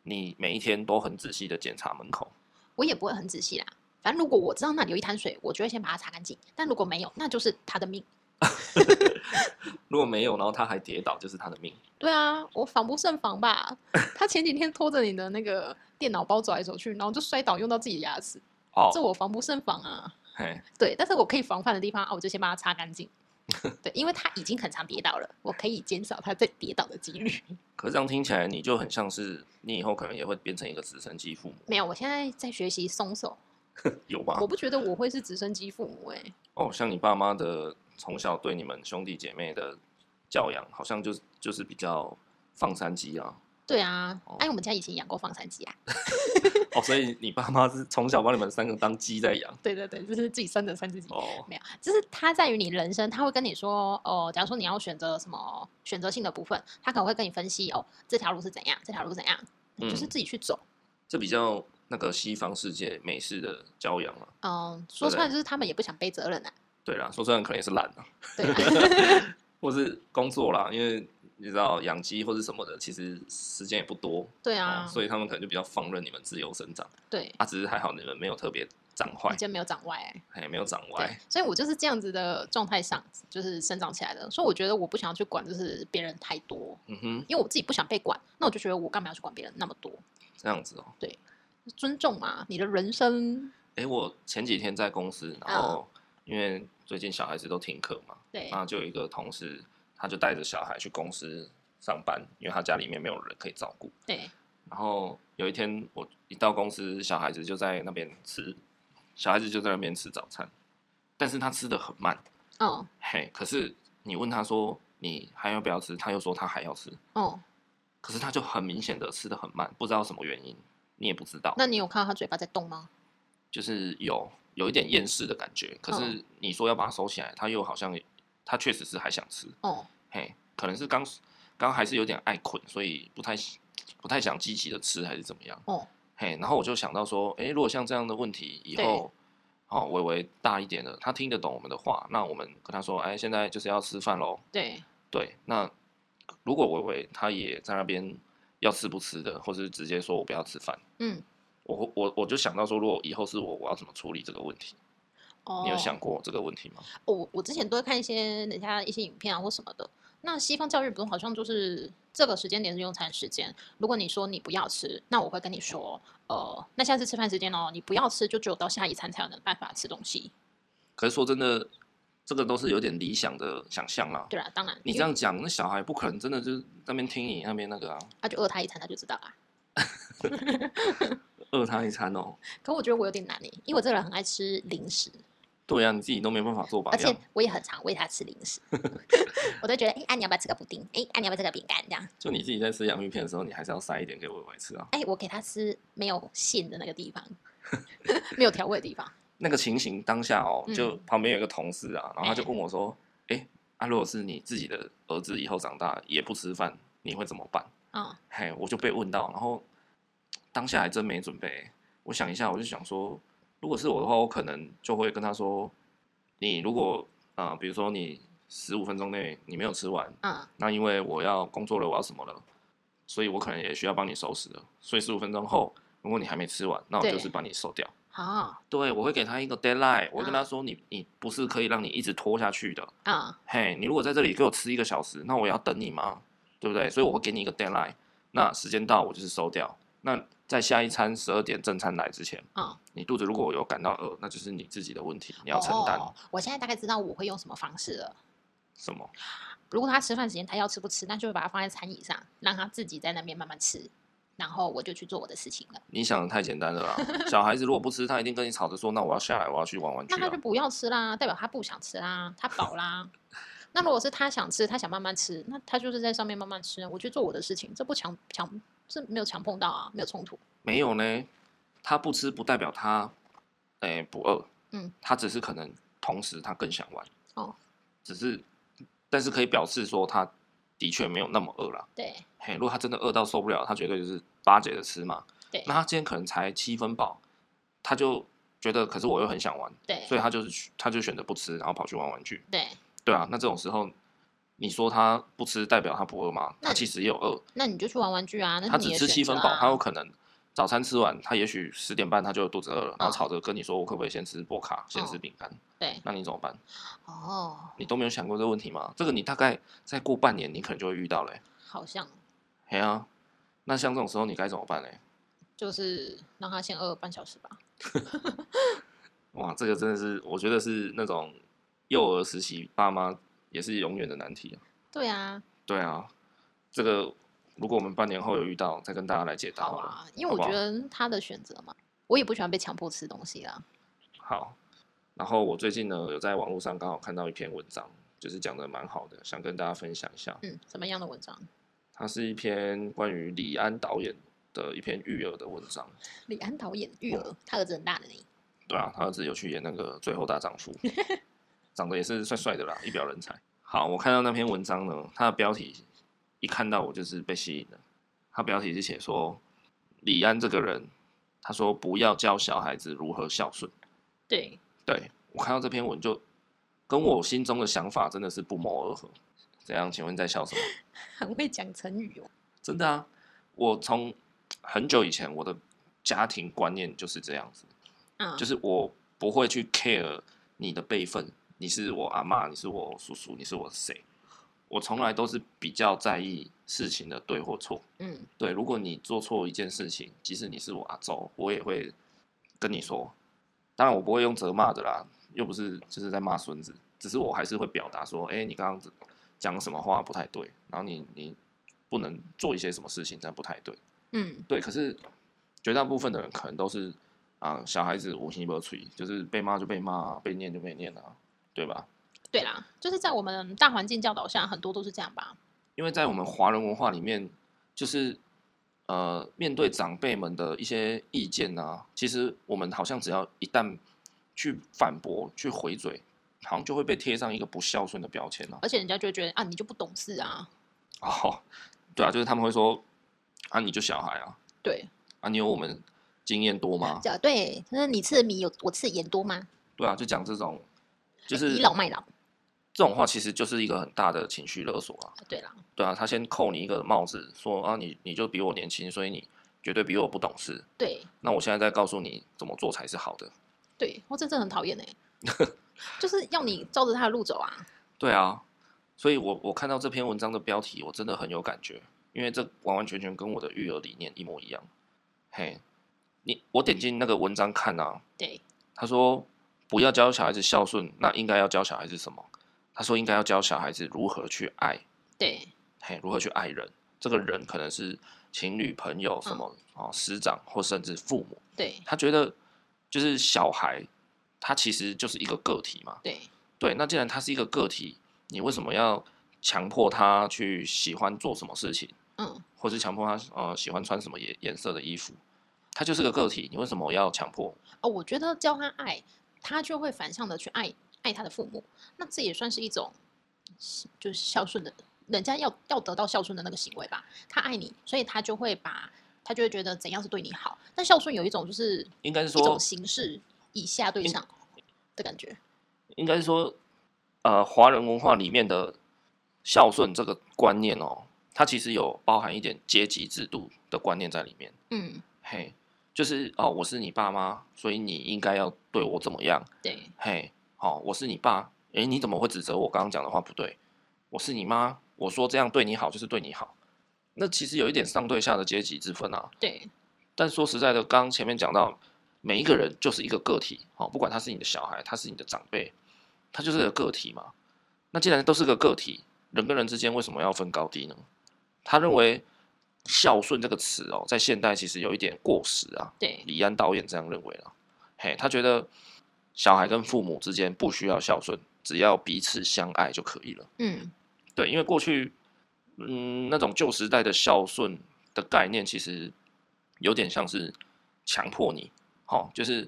Speaker 1: 你每一天都很仔细的检查门口？
Speaker 2: 我也不会很仔细啦。反正如果我知道那里有一滩水，我就会先把它擦干净。但如果没有，那就是他的命。
Speaker 1: 如果没有，然后他还跌倒，就是他的命。
Speaker 2: 对啊，我防不胜防吧。 他前几天拖着你的那个电脑包走来走去，然后就摔倒，用到自己的牙齿，
Speaker 1: 哦
Speaker 2: 这，我防不胜防啊。
Speaker 1: 嘿，
Speaker 2: 对，但是我可以防范的地方啊，我就先把它擦干净。 对，因为他已经很常跌倒了，我可以减少他再跌倒的几率。
Speaker 1: 可是这样听起来你就很像是你以后可能也会变成一个直升机父母，
Speaker 2: 没有，我现在在学习松手，
Speaker 1: 有吧
Speaker 2: 我？不觉得我会是直升机父母哎、
Speaker 1: 哦，像你爸妈的从小对你们兄弟姐妹的教养，好像就是就是比较放山鸡啊。
Speaker 2: 对啊
Speaker 1: 哦，
Speaker 2: 哎，我们家以前养过放山鸡啊。
Speaker 1: 哦，所以你爸妈是从小把你们三个当鸡在养。
Speaker 2: 对对对，就是自己生的三只鸡。
Speaker 1: 哦，
Speaker 2: 没有，就是它在于你人生，他会跟你说，哦，假如说你要选择什么选择性的部分，他可能会跟你分析，哦，这条路是怎样，这条路是怎样，你就是
Speaker 1: 嗯
Speaker 2: 自己去走。
Speaker 1: 这比较那个西方世界美式的教养啊。
Speaker 2: 嗯，说
Speaker 1: 对
Speaker 2: 穿了就是他们也不想背责任啊，
Speaker 1: 对啦，说穿了可能也是懒啊，
Speaker 2: 对啊
Speaker 1: 或是工作啦，因为你知道养鸡或是什么的，其实时间也不多
Speaker 2: 对
Speaker 1: 啊、
Speaker 2: 啊，
Speaker 1: 哦所以他们可能就比较放任你们自由生长
Speaker 2: 对，
Speaker 1: 啊。只是还好你们没有特别长
Speaker 2: 你
Speaker 1: 坏，
Speaker 2: 就没有长歪、欸
Speaker 1: 哎，没有长
Speaker 2: 嗯对
Speaker 1: 歪，，
Speaker 2: 所以我就是这样子的状态上，就是生长起来的。所以我觉得我不想要去管，就是别人太多，
Speaker 1: 嗯哼，
Speaker 2: 因为我自己不想被管，那我就觉得我干嘛要去管别人那么多？
Speaker 1: 这样子哦。
Speaker 2: 尊重嘛，你的人生，
Speaker 1: 哎，我前几天在公司，
Speaker 2: 嗯
Speaker 1: 然后因为最近小孩子都停课嘛，
Speaker 2: 对，
Speaker 1: 那就有一个同事，他就带着小孩去公司上班，因为他家里面没有人可以照顾。
Speaker 2: 对，
Speaker 1: 然后有一天我一到公司，小孩子就在那边吃，小孩子就在那边吃早餐，但是他吃的很慢，
Speaker 2: 嗯，
Speaker 1: 嘿，可是你问他说你还要不要吃，他又说他还要吃，
Speaker 2: 哦、
Speaker 1: 可是他就很明显的吃的很慢，不知道什么原因，你也不知道，
Speaker 2: 那你有看到他嘴巴在动吗？
Speaker 1: 就是有有一点厌世的感觉，可
Speaker 2: 嗯
Speaker 1: 是你说要把它收起来，他又好像他确实是还想吃，
Speaker 2: 哦，
Speaker 1: 嘿，可能是刚刚还是有点爱困，所以不太不太想积极的吃还是怎么样。
Speaker 2: 哦，
Speaker 1: 嘿，然后我就想到说，诶，如果像这样的问题以
Speaker 2: 对
Speaker 1: 后，哦，微微大一点的，他听得懂我们的话，那我们跟他说，哎，现在就是要吃饭喽。
Speaker 2: 对，
Speaker 1: 对，那如果微微他也在那边要吃不吃的，或是直接说我不要吃饭，
Speaker 2: 嗯，
Speaker 1: 我我我就想到说，如果以后是我，我要怎么处理这个问题？
Speaker 2: 哦，
Speaker 1: 你有想过这个问题吗？
Speaker 2: 哦？我我之前都会看一些人家一些影片啊或什么的。那西方教育不用，好像就是这个时间点是用餐时间。如果你说你不要吃，那我会跟你说，呃，那下次吃饭时间哦，你不要吃，就只有到下一餐才有能办法吃东西。
Speaker 1: 可是说真的，这个都是有点理想的想象啊啦。
Speaker 2: 对啦，啊当然，
Speaker 1: 你
Speaker 2: 因
Speaker 1: 这
Speaker 2: 为
Speaker 1: 样讲，那小孩不可能真的就是那边听你那边那个啊，
Speaker 2: 他就饿他一餐，他就知道啊啦。
Speaker 1: 饿他一餐哦。
Speaker 2: 可我觉得我有点难诶，欸因为我这个人很爱吃零食，
Speaker 1: 对呀、啊，你自己都没办法做榜
Speaker 2: 而
Speaker 1: 样
Speaker 2: 且，我也很常喂他吃零 食。我都觉得，哎、啊，你要不要吃个布丁？哎、啊，你要不要吃个饼干？这样，
Speaker 1: 就你自己在吃洋芋片的时候，你还是要塞一点给伟伟吃啊。
Speaker 2: 哎、我给他吃没有馅的那个 地方，没有调味的地方。
Speaker 1: 那个情形当下哦，
Speaker 2: 嗯
Speaker 1: 就旁边有一个同事啊，然后他就
Speaker 2: 哎
Speaker 1: 问我说：“哎、啊，如果是你自己的儿子以后长大也不吃饭，你会怎么办
Speaker 2: 嗯，？”
Speaker 1: 嘿，我就被问到，然后当下还真没准备、我想一下，我就想说，如果是我的话，我可能就会跟他说：“你如果啊、呃比如说你十五分钟内你没有吃完，
Speaker 2: 嗯，
Speaker 1: 那因为我要工作了，我要什么了，所以我可能也需要帮你收拾了。所以十五分钟后，如果你还没吃完，那我
Speaker 2: 对
Speaker 1: 就是帮你收掉。
Speaker 2: 好
Speaker 1: 对，我会给他一个 deadline，我会跟他说你，你不是可以让你一直拖下去的。
Speaker 2: 啊，
Speaker 1: 嘿，你如果在这里给我吃一个小时，那我也要等你吗？对不对？所以我会给你一个 deadline，那时间到我就是收掉。那在下一餐十二点正餐来之前，
Speaker 2: 嗯，
Speaker 1: 你肚子如果有感到饿，那就是你自己的问题，你要承担
Speaker 2: 哦。我现在大概知道我会用什么方式了。
Speaker 1: 什么？
Speaker 2: 如果他吃饭时间他要吃不吃，那就把它放在餐椅上，让他自己在那边慢慢吃，然后我就去做我的事情了。
Speaker 1: 你想的太简单了啦！小孩子如果不吃，他一定跟你吵着说：“那我要下来，我要去玩玩具
Speaker 2: 那他
Speaker 1: 啊
Speaker 2: 就不要吃啦，代表他不想吃啦，他饱 啦。那如果是他想吃，他想慢慢吃，那他就是在上面慢慢吃，我去做我的事情，这不强强，这没有强碰到啊，没有冲突。！”
Speaker 1: 没有呢，他不吃不代表他，哎、不饿。
Speaker 2: 嗯，
Speaker 1: 他只是可能同时他更想玩。
Speaker 2: 哦，
Speaker 1: 只是但是可以表示说他的确没有那么饿啦。
Speaker 2: 对
Speaker 1: 嘿，如果他真的饿到受不了，他绝对就是巴结的吃嘛。
Speaker 2: 对
Speaker 1: 那他今天可能才七分饱，他就觉得，可是我又很想玩，
Speaker 2: 对
Speaker 1: 所以他就是去他就选择不吃，然后跑去玩玩具。
Speaker 2: 对，
Speaker 1: 对啊，那这种时候，你说他不吃，代表他不饿吗？
Speaker 2: 那
Speaker 1: 他其实也有饿，
Speaker 2: 那你就去玩玩具啊，那
Speaker 1: 他
Speaker 2: 是
Speaker 1: 只
Speaker 2: 你的
Speaker 1: 吃
Speaker 2: 选
Speaker 1: 七分
Speaker 2: 择
Speaker 1: 饱，
Speaker 2: 啊
Speaker 1: 他有可能早餐吃完，他也许十点半他就肚子饿了，然后
Speaker 2: 嗯
Speaker 1: 吵着跟你说，我可不可以先吃波卡，先
Speaker 2: 啊
Speaker 1: 吃饼干？
Speaker 2: 对
Speaker 1: 那你怎么办？
Speaker 2: 哦，
Speaker 1: 你都没有想过这个问题吗？这个你大概再过半年，你可能就会遇到嘞、
Speaker 2: 好像
Speaker 1: 嘿啊，那像这种时候你该怎么办嘞？
Speaker 2: 就是让他先饿半小时吧。
Speaker 1: 哇，这个真的是，我觉得是那种幼儿时期爸妈也是永远的难题啊。
Speaker 2: 对啊，
Speaker 1: 对啊，这个如果我们半年后有遇到，再跟大家来解答
Speaker 2: 好
Speaker 1: 好了。
Speaker 2: 啊，因为我
Speaker 1: 好不
Speaker 2: 觉
Speaker 1: 好
Speaker 2: 得他的选择嘛，我也不喜欢被强迫吃东西啦。
Speaker 1: 好，然后我最近呢有在网络上刚好看到一篇文章，就是讲的蛮好的，想跟大家分享一下。
Speaker 2: 嗯，什么样的文章？
Speaker 1: 它是一篇关于李安导演的一篇育儿的文章。
Speaker 2: 李安导演育儿，他儿子很大的你，
Speaker 1: 对啊，他儿子有去演那个《最后大丈夫》，长得也是帅帅的啦，一表人才。好，我看到那篇文章呢，它的标题一看到我就是被吸引了。它标题是写说李安这个人，他说不要教小孩子如何孝顺。
Speaker 2: 对，
Speaker 1: 对我看到这篇文就跟我心中的想法真的是不谋而合。怎样？请问你在笑什么？
Speaker 2: 很会讲成语哦。
Speaker 1: 真的啊，我从很久以前我的家庭观念就是这样子，
Speaker 2: 啊，
Speaker 1: 就是我不会去 care 你的辈分，你是我阿妈，你是我叔叔，你是我谁，我从来都是比较在意事情的对或错。
Speaker 2: 嗯，
Speaker 1: 对，如果你做错一件事情，即使你是我阿周，我也会跟你说。当然，我不会用责骂的啦，又不是就是在骂孙子，只是我还是会表达说，哎、你刚刚讲什么话不太对，然后你你不能做一些什么事情，这样不太对。
Speaker 2: 嗯，
Speaker 1: 对，可是绝大部分的人可能都是啊、小孩子无心不吹，就是被骂就被骂、啊，被念就被念啊，对吧？
Speaker 2: 对啦，就是在我们大环境教导下，很多都是这样吧。
Speaker 1: 因为在我们华人文化里面，就是呃，面对长辈们的一些意见啊，其实我们好像只要一旦去反驳、去回嘴，好像就会被贴上一个不孝顺的标签啊。
Speaker 2: 而且人家就会觉得啊，你就不懂事啊，
Speaker 1: 哦，对啊，就是他们会说啊，你就小孩啊，
Speaker 2: 对，
Speaker 1: 啊，你有我们经验多吗？
Speaker 2: 讲哦对，就是你吃的米有我吃的盐多吗？
Speaker 1: 对啊，就讲这种，就是
Speaker 2: 倚老卖老，
Speaker 1: 这种话其实就是一个很大的情绪勒索啊。
Speaker 2: 对啦，
Speaker 1: 对啊，他先扣你一个帽子，说啊你你就比我年轻，所以你绝对比我不懂事。
Speaker 2: 对
Speaker 1: 那我现在再告诉你怎么做才是好的。
Speaker 2: 对，我真的很讨 厌哎，就是要你照着他的路走啊。
Speaker 1: 对啊，所以我我看到这篇文章的标题，我真的很有感觉，因为这完完全全跟我的育儿理念一模一样。嘿，你我点进那个文章看啊，
Speaker 2: 对，
Speaker 1: 他说不要教小孩子孝顺，那应该要教小孩子什么？他说应该要教小孩子如何去爱。
Speaker 2: 对，
Speaker 1: 嘿，如何去爱人？这个人可能是情侣、朋友什么哦，师长或甚至父母。
Speaker 2: 对，
Speaker 1: 他觉得就是小孩，他其实就是一个个体嘛。
Speaker 2: 对，
Speaker 1: 对，那既然他是一个个体，你为什么要强迫他去喜欢做什么事情，
Speaker 2: 嗯，
Speaker 1: 或是强迫他呃喜欢穿什么颜颜色的衣服？他就是个个体，你为什么要强迫？
Speaker 2: 哦，我觉得教他爱，他就会反向的去爱爱他的父母，那这也算是一种就是孝顺的，人家要要得到孝顺的那个行为吧。他爱你，所以他就会把他就会觉得怎样是对你好。但孝顺有一种就是
Speaker 1: 应该是
Speaker 2: 一种
Speaker 1: 说，
Speaker 2: 形式以下对
Speaker 1: 应
Speaker 2: 上的感觉。
Speaker 1: 应该是说，呃，华人文化里面的孝顺这个观念哦，它其实有包含一点阶级制度的观念在里面。
Speaker 2: 嗯，
Speaker 1: 嘿，就是哦，我是你爸妈，所以你应该要对我怎么样？
Speaker 2: 对
Speaker 1: 嘿，好、我是你爸，诶，你怎么会指责我刚刚讲的话不对？我是你妈，我说这样对你好就是对你好。那其实有一点上对下的阶级之分啊。
Speaker 2: 对
Speaker 1: 但说实在的，刚刚前面讲到，每一个人就是一个个体，哦，不管他是你的小孩，他是你的长辈，他就是个个体嘛。那既然都是个个体，人跟人之间为什么要分高低呢？他认为“孝顺”这个词哦，在现代其实有一点过时啊。
Speaker 2: 对
Speaker 1: 李安导演这样认为了，嘿，他觉得小孩跟父母之间不需要孝顺，只要彼此相爱就可以了。
Speaker 2: 嗯，
Speaker 1: 对，因为过去，嗯，那种旧时代的孝顺的概念，其实有点像是强迫你，好、就是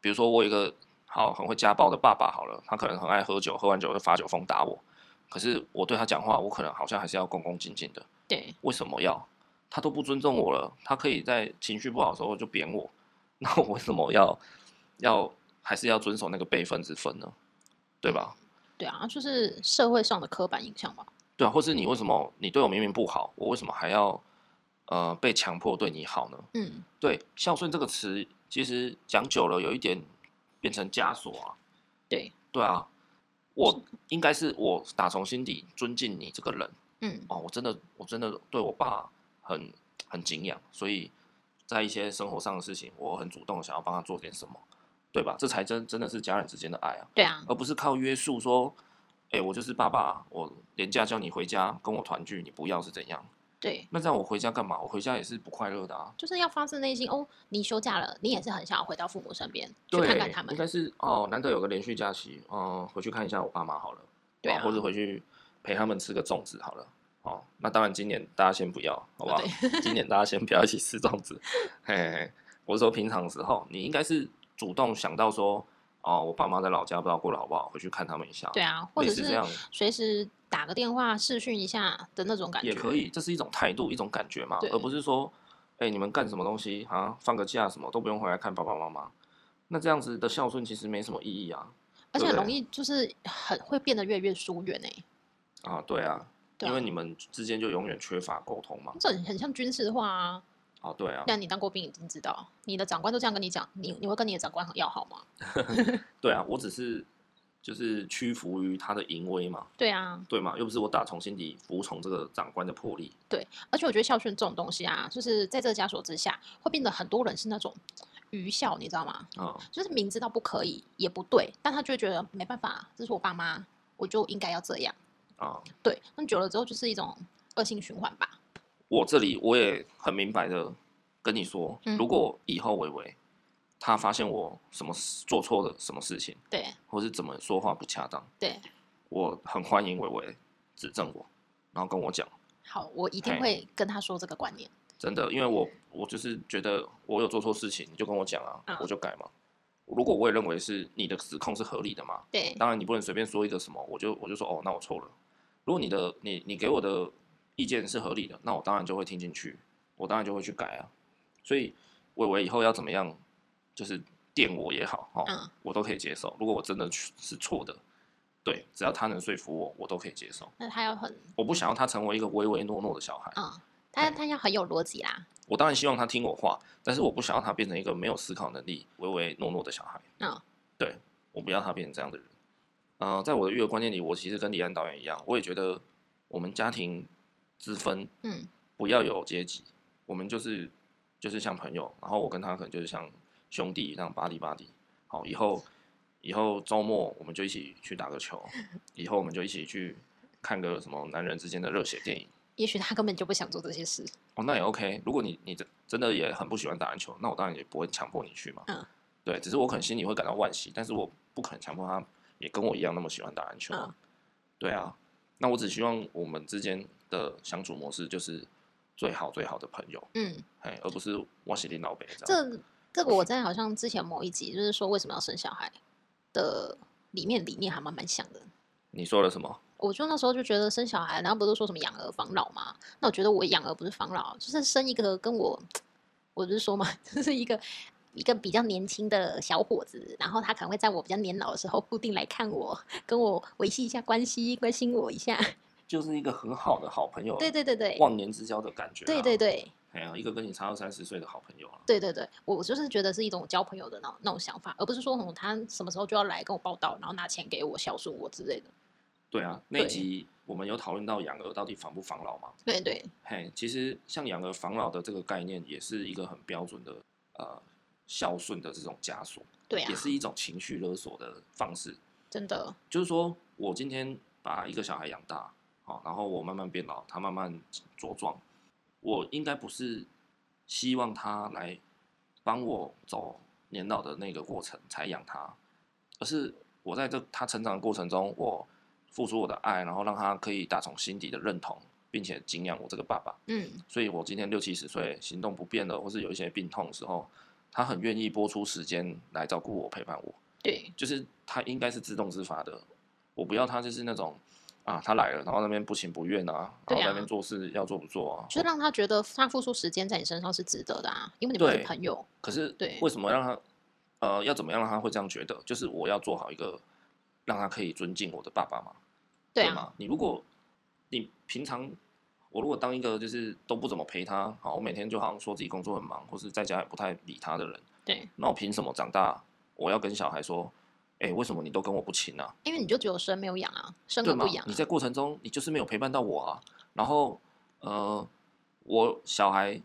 Speaker 1: 比如说我有一个好很会家暴的爸爸，好了，他可能很爱喝酒，喝完酒就发酒疯打我，可是我对他讲话，我可能好像还是要恭恭敬敬的。
Speaker 2: 对，
Speaker 1: 为什么要？他都不尊重我了，他可以在情绪不好的时候就扁我，那我为什么要要还是要遵守那个辈分之分呢？对吧？
Speaker 2: 对啊，就是社会上的刻板印象吧。
Speaker 1: 对啊，或是你为什么你对我明明不好，我为什么还要呃被强迫对你好呢？
Speaker 2: 嗯，
Speaker 1: 对，孝顺这个词其实讲久了有一点变成枷锁啊。
Speaker 2: 对，
Speaker 1: 对啊，我应该是我打从心底尊敬你这个人
Speaker 2: 嗯，
Speaker 1: 哦，我真的我真的对我爸很很敬仰，所以在一些生活上的事情，我很主动地想要帮他做点什么，对吧？这才真真的是家人之间的爱啊。
Speaker 2: 对啊，
Speaker 1: 而不是靠约束说，哎、我就是爸爸，我廉价叫你回家跟我团聚，你不要是怎样？
Speaker 2: 对，
Speaker 1: 那这样我回家干嘛？我回家也是不快乐的啊。
Speaker 2: 就是要发自内心哦。你休假了，你也是很想要回到父母身边去
Speaker 1: 对，
Speaker 2: 看看他
Speaker 1: 应
Speaker 2: 们。嗯
Speaker 1: 该是哦，难得有个连续假期，嗯、回去看一下我爸妈好了，
Speaker 2: 对啊
Speaker 1: 哦或者回去陪他们吃个粽子好了。哦，那当然今年大家先不要，好不
Speaker 2: 哦
Speaker 1: 好？今年大家先不要一起吃粽子。 嘿嘿嘿，我是说平常时候，你应该是主动想到说，哦，我爸妈在老家不知道过得好不好，回去看他们一下。
Speaker 2: 对
Speaker 1: 啊，
Speaker 2: 啊，或者
Speaker 1: 类似这
Speaker 2: 是
Speaker 1: 样
Speaker 2: 随时打个电话视讯一下的那种感觉
Speaker 1: 也可。以，这是一种态度，一种感觉嘛
Speaker 2: 对，
Speaker 1: 而不是说，哎、你们干什么东西啊？放个假什么都不用回来看爸爸妈妈，那这样子的孝顺其实没什么意义啊。
Speaker 2: 而且很
Speaker 1: 对
Speaker 2: 容易就是很会变得越来越疏远哎、
Speaker 1: 啊，对啊，
Speaker 2: 对
Speaker 1: 因
Speaker 2: 啊
Speaker 1: 为你们之间就永远缺乏沟通嘛。
Speaker 2: 这很很像军事化啊。
Speaker 1: 啊，对啊，
Speaker 2: 但你当过兵已经知道，你的长官都这样跟你讲，你你会跟你的长官很要好吗？
Speaker 1: 对啊，我只是就是屈服于他的淫威嘛，
Speaker 2: 对啊，
Speaker 1: 对吗？又不是我打从心底服从这个长官的魄力。
Speaker 2: 而且我觉得孝顺这种东西啊，就是在这个枷锁之下，会变得很多人是那种愚孝，你知道吗？
Speaker 1: 啊、
Speaker 2: 就是明知道不可以也不对，但他就会觉得没办法，这是我爸妈，我就应该要这样。
Speaker 1: 啊，
Speaker 2: 对，那久了之后就是一种恶性循环吧。
Speaker 1: 我这里我也很明白的跟你说，
Speaker 2: 嗯
Speaker 1: 如果以后伟伟他发现我什么事做错了什么事情。
Speaker 2: 对
Speaker 1: 或是怎么说话不恰当，
Speaker 2: 对，
Speaker 1: 我很欢迎伟伟指正我，然后跟我讲，
Speaker 2: 好，我一定
Speaker 1: 嘿
Speaker 2: 会跟他说这个观念。
Speaker 1: 真的，因为我我就是觉得我有做错事情，你就跟我讲啊
Speaker 2: 嗯，
Speaker 1: 我就改嘛。如果我也认为是你的指控是合理的嘛，
Speaker 2: 对
Speaker 1: 当然你不能随便说一个什么，我就我就说哦，那我错了。如果你的你你给我的意见是合理的，那我当然就会听进去，我当然就会去改啊。所以伟伟以后要怎么样，就是电我也好哦，
Speaker 2: 嗯
Speaker 1: 我都可以接受。如果我真的去是错的，对，只要他能说服我，我都可以接受。
Speaker 2: 那他要很
Speaker 1: 我不想要他成为一个唯唯诺诺的小孩，
Speaker 2: 嗯，他他要很有逻辑啦。
Speaker 1: 我当然希望他听我话，但是我不想要他变成一个没有思考能力、唯唯诺诺的小孩。
Speaker 2: 嗯，
Speaker 1: 对，我不要他变成这样的人。呃，在我的育儿观念里，我其实跟李安导演一样，我也觉得我们家庭之分
Speaker 2: 嗯，
Speaker 1: 不要有阶级，我们就是就是像朋友，然后我跟他可能就是像兄弟那样巴迪巴迪。好，以后以后周末我们就一起去打个球，以后我们就一起去看个什么男人之间的热血电影。
Speaker 2: 也许他根本就不想做这些事。嗯
Speaker 1: 哦，那也 OK。如果你你真真的也很不喜欢打篮球，那我当然也不会强迫你去嘛。
Speaker 2: 嗯，
Speaker 1: 对，只是我可能心里会感到惋惜，但是我不可能强迫他也跟我一样那么喜欢打篮球。
Speaker 2: 嗯
Speaker 1: 对啊，那我只希望我们之间的相处模式就是最好最好的朋友，
Speaker 2: 嗯，
Speaker 1: 哎，而不是我是领老北这样。
Speaker 2: 这这个我在好像之前某一集就是说为什么要生小孩的里面理念还蛮蛮像的。
Speaker 1: 你说了什么？
Speaker 2: 我就那时候就觉得生小孩，然后不是说什么养儿防老嘛？那我觉得我养儿不是防老，就是生一个跟我，我不是说嘛， 就是一个一个比较年轻的小伙子，然后他可能会在我比较年老的时候固定来看我， 跟我维系一下关系，关心我一下。
Speaker 1: 就是一个很好的好朋友，
Speaker 2: 对对对对，
Speaker 1: 哦忘年之交的感觉、啊。
Speaker 2: 对对，对
Speaker 1: 哎呀，一个跟你差二三十岁的好朋友啊。
Speaker 2: 对对对，我我就是觉得是一种交朋友的那种那种想法，而不是说嗯他什么时候就要来跟我报道，然后拿钱给我孝顺我之类的。
Speaker 1: 对啊，那
Speaker 2: 对
Speaker 1: 集我们有讨论到养儿到底防不防老吗？
Speaker 2: 对对，
Speaker 1: 嘿，其实像养儿防老的这个概念，也是一个很标准的呃孝顺的这种枷锁，
Speaker 2: 对啊
Speaker 1: 也，是一种情绪勒索的方式。
Speaker 2: 真的，
Speaker 1: 就是说我今天把一个小孩养大，好、然后我慢慢变老，他慢慢茁壮，我应该不是希望他来帮我走年老的那个过程才养他，而是我在这他成长的过程中，我付出我的爱，然后让他可以打从心底的认同，并且敬仰我这个爸爸。
Speaker 2: 嗯，
Speaker 1: 所以我今天六七十岁，行动不便了，或是有一些病痛的时候，他很愿意拨出时间来照顾我、陪伴我，
Speaker 2: 对
Speaker 1: 就是他应该是自动自发的。我不要他就是那种啊，他来了，然后那边不情不愿啊，然
Speaker 2: 对
Speaker 1: 后在
Speaker 2: 啊
Speaker 1: 那边做事要做不做啊。
Speaker 2: 就是让他觉得他付出时间在你身上是值得的啊，因为你们是
Speaker 1: 对
Speaker 2: 朋友。
Speaker 1: 可是
Speaker 2: 对
Speaker 1: 为什么让他呃要怎么样让他会这样觉得？就是我要做好一个让他可以尊敬我的爸爸嘛，
Speaker 2: 对啊，
Speaker 1: 吗？你如果你平常我如果当一个就是都不怎么陪他，好，我每天就好像说自己工作很忙，或是在家也不太理他的人，
Speaker 2: 对，
Speaker 1: 那我凭什么长大我要跟小孩说，哎、为什么你都跟我不亲啊？
Speaker 2: 因为你就只有生没有养啊，生
Speaker 1: 对
Speaker 2: 而
Speaker 1: 嘛
Speaker 2: 不养、
Speaker 1: 你
Speaker 2: 啊。
Speaker 1: 在过程中，你就是没有陪伴到我啊。然后，呃，我小孩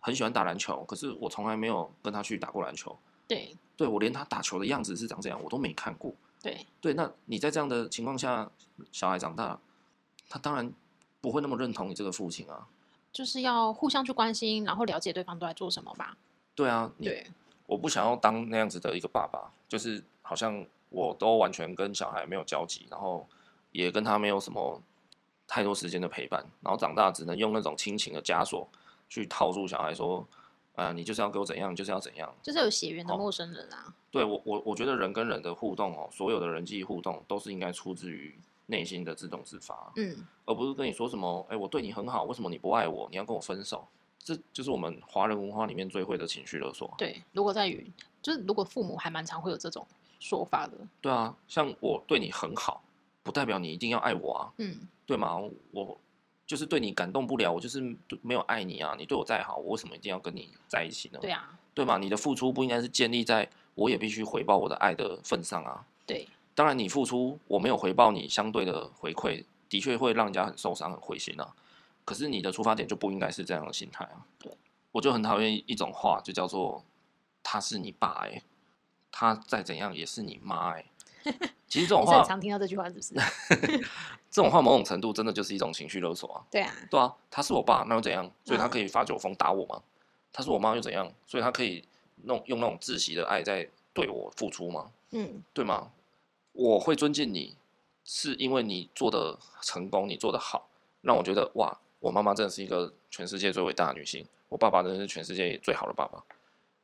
Speaker 1: 很喜欢打篮球，可是我从来没有跟他去打过篮球。
Speaker 2: 对
Speaker 1: 对我连他打球的样子是长这样，我都没看过。
Speaker 2: 对
Speaker 1: 对，那你在这样的情况下，小孩长大，他当然不会那么认同你这个父亲啊。
Speaker 2: 就是要互相去关心，然后了解对方都在做什么吧。
Speaker 1: 对啊，你
Speaker 2: 对
Speaker 1: 我不想要当那样子的一个爸爸，就是好像我都完全跟小孩没有交集，然后也跟他没有什么太多时间的陪伴，然后长大只能用那种亲情的枷锁去套住小孩，说，啊，你就是要给我怎样，你就是要怎样。
Speaker 2: 就是有血缘的
Speaker 1: 好
Speaker 2: 陌生人啊。
Speaker 1: 对我，我我觉得人跟人的互动哦，所有的人际互动都是应该出自于内心的自动自发，
Speaker 2: 嗯，
Speaker 1: 而不是跟你说什么，哎，我对你很好，为什么你不爱我？你要跟我分手？这就是我们华人文化里面最会的情绪勒索。
Speaker 2: 对。如果在于就是如果父母还蛮常会有这种说法的。
Speaker 1: 对啊，像我对你很好，不代表你一定要爱我啊，
Speaker 2: 嗯，
Speaker 1: 对吗？我就是对你感动不了，我就是对没有爱你啊。你对我再好，我为什么一定要跟你在一起呢？
Speaker 2: 对啊，
Speaker 1: 对吗？你的付出不应该是建立在我也必须回报我的爱的份上啊。
Speaker 2: 对
Speaker 1: 当然，你付出我没有回报你相对的回馈，的确会让人家很受伤、很灰心啊。可是你的出发点就不应该是这样的心态啊。
Speaker 2: 对，
Speaker 1: 我就很讨厌一种话，就叫做“他是你爸、欸”，他再怎样也是你妈、 欸。其实这种
Speaker 2: 你是很
Speaker 1: 话，
Speaker 2: 常听到这句话，是不是？
Speaker 1: 这种话某种程度真的就是一种情绪勒索啊。
Speaker 2: 对啊，
Speaker 1: 对啊，他是我爸，那又怎样？所以他
Speaker 2: 嗯
Speaker 1: 可以发酒疯打我吗？他是我妈又怎样？所以他可以弄用那种窒息的爱在对我付出吗？
Speaker 2: 嗯，
Speaker 1: 对吗？我会尊敬你，是因为你做的成功，你做的好，让我觉得哇，我妈妈真的是一个全世界最伟大的女性，我爸爸真的是全世界最好的爸爸。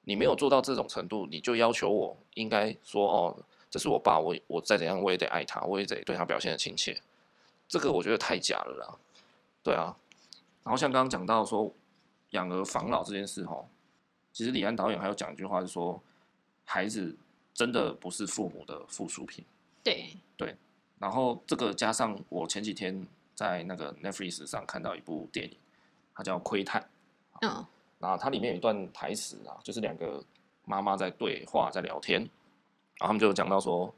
Speaker 1: 你没有做到这种程度，你就要求我应该说哦，这是我爸，我我再怎样我也得爱他，我也得对他表现的亲切。这个我觉得太假了啦，对啊。然后像刚刚讲到说养儿防老这件事哦，其实李安导演还有讲一句话是说，孩子真的不是父母的附属品。
Speaker 2: 对，
Speaker 1: 然后这个加上我前几天在那个 Netflix 上看到一部电影，它叫《窥探》，
Speaker 2: 嗯，
Speaker 1: 然后它里面有一段台词啊，就是两个妈妈在对话在聊天，然后他们就有讲到说，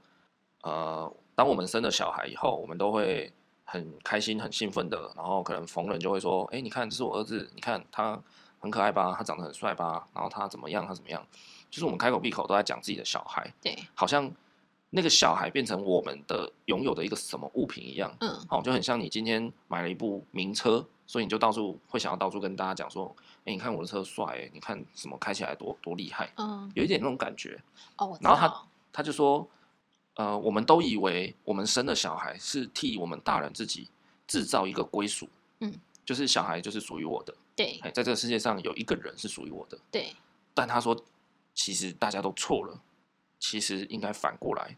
Speaker 1: 呃，当我们生了小孩以后，我们都会很开心、很兴奋的，然后可能逢人就会说，哎，你看这是我儿子，你看他很可爱吧，他长得很帅吧，然后他怎么样，他怎么样，就是我们开口闭口都在讲自己的小孩，
Speaker 2: 对，
Speaker 1: 好像那个小孩变成我们的拥有的一个什么物品一样。
Speaker 2: 嗯，
Speaker 1: 哦，就很像你今天买了一部名车，所以你就到处会想要到处跟大家讲说，哎、你看我的车帅、欸，你看什么开起来多多厉害，
Speaker 2: 嗯，
Speaker 1: 有一点那种感觉。
Speaker 2: 哦，我知
Speaker 1: 然后他
Speaker 2: 道，
Speaker 1: 他就说，呃，我们都以为我们生的小孩是替我们大人自己制造一个归属，
Speaker 2: 嗯，
Speaker 1: 就是小孩就是属于我的，
Speaker 2: 对
Speaker 1: 哎、在这个世界上有一个人是属于我的，
Speaker 2: 对，
Speaker 1: 但他说，其实大家都错了，其实应该反过来，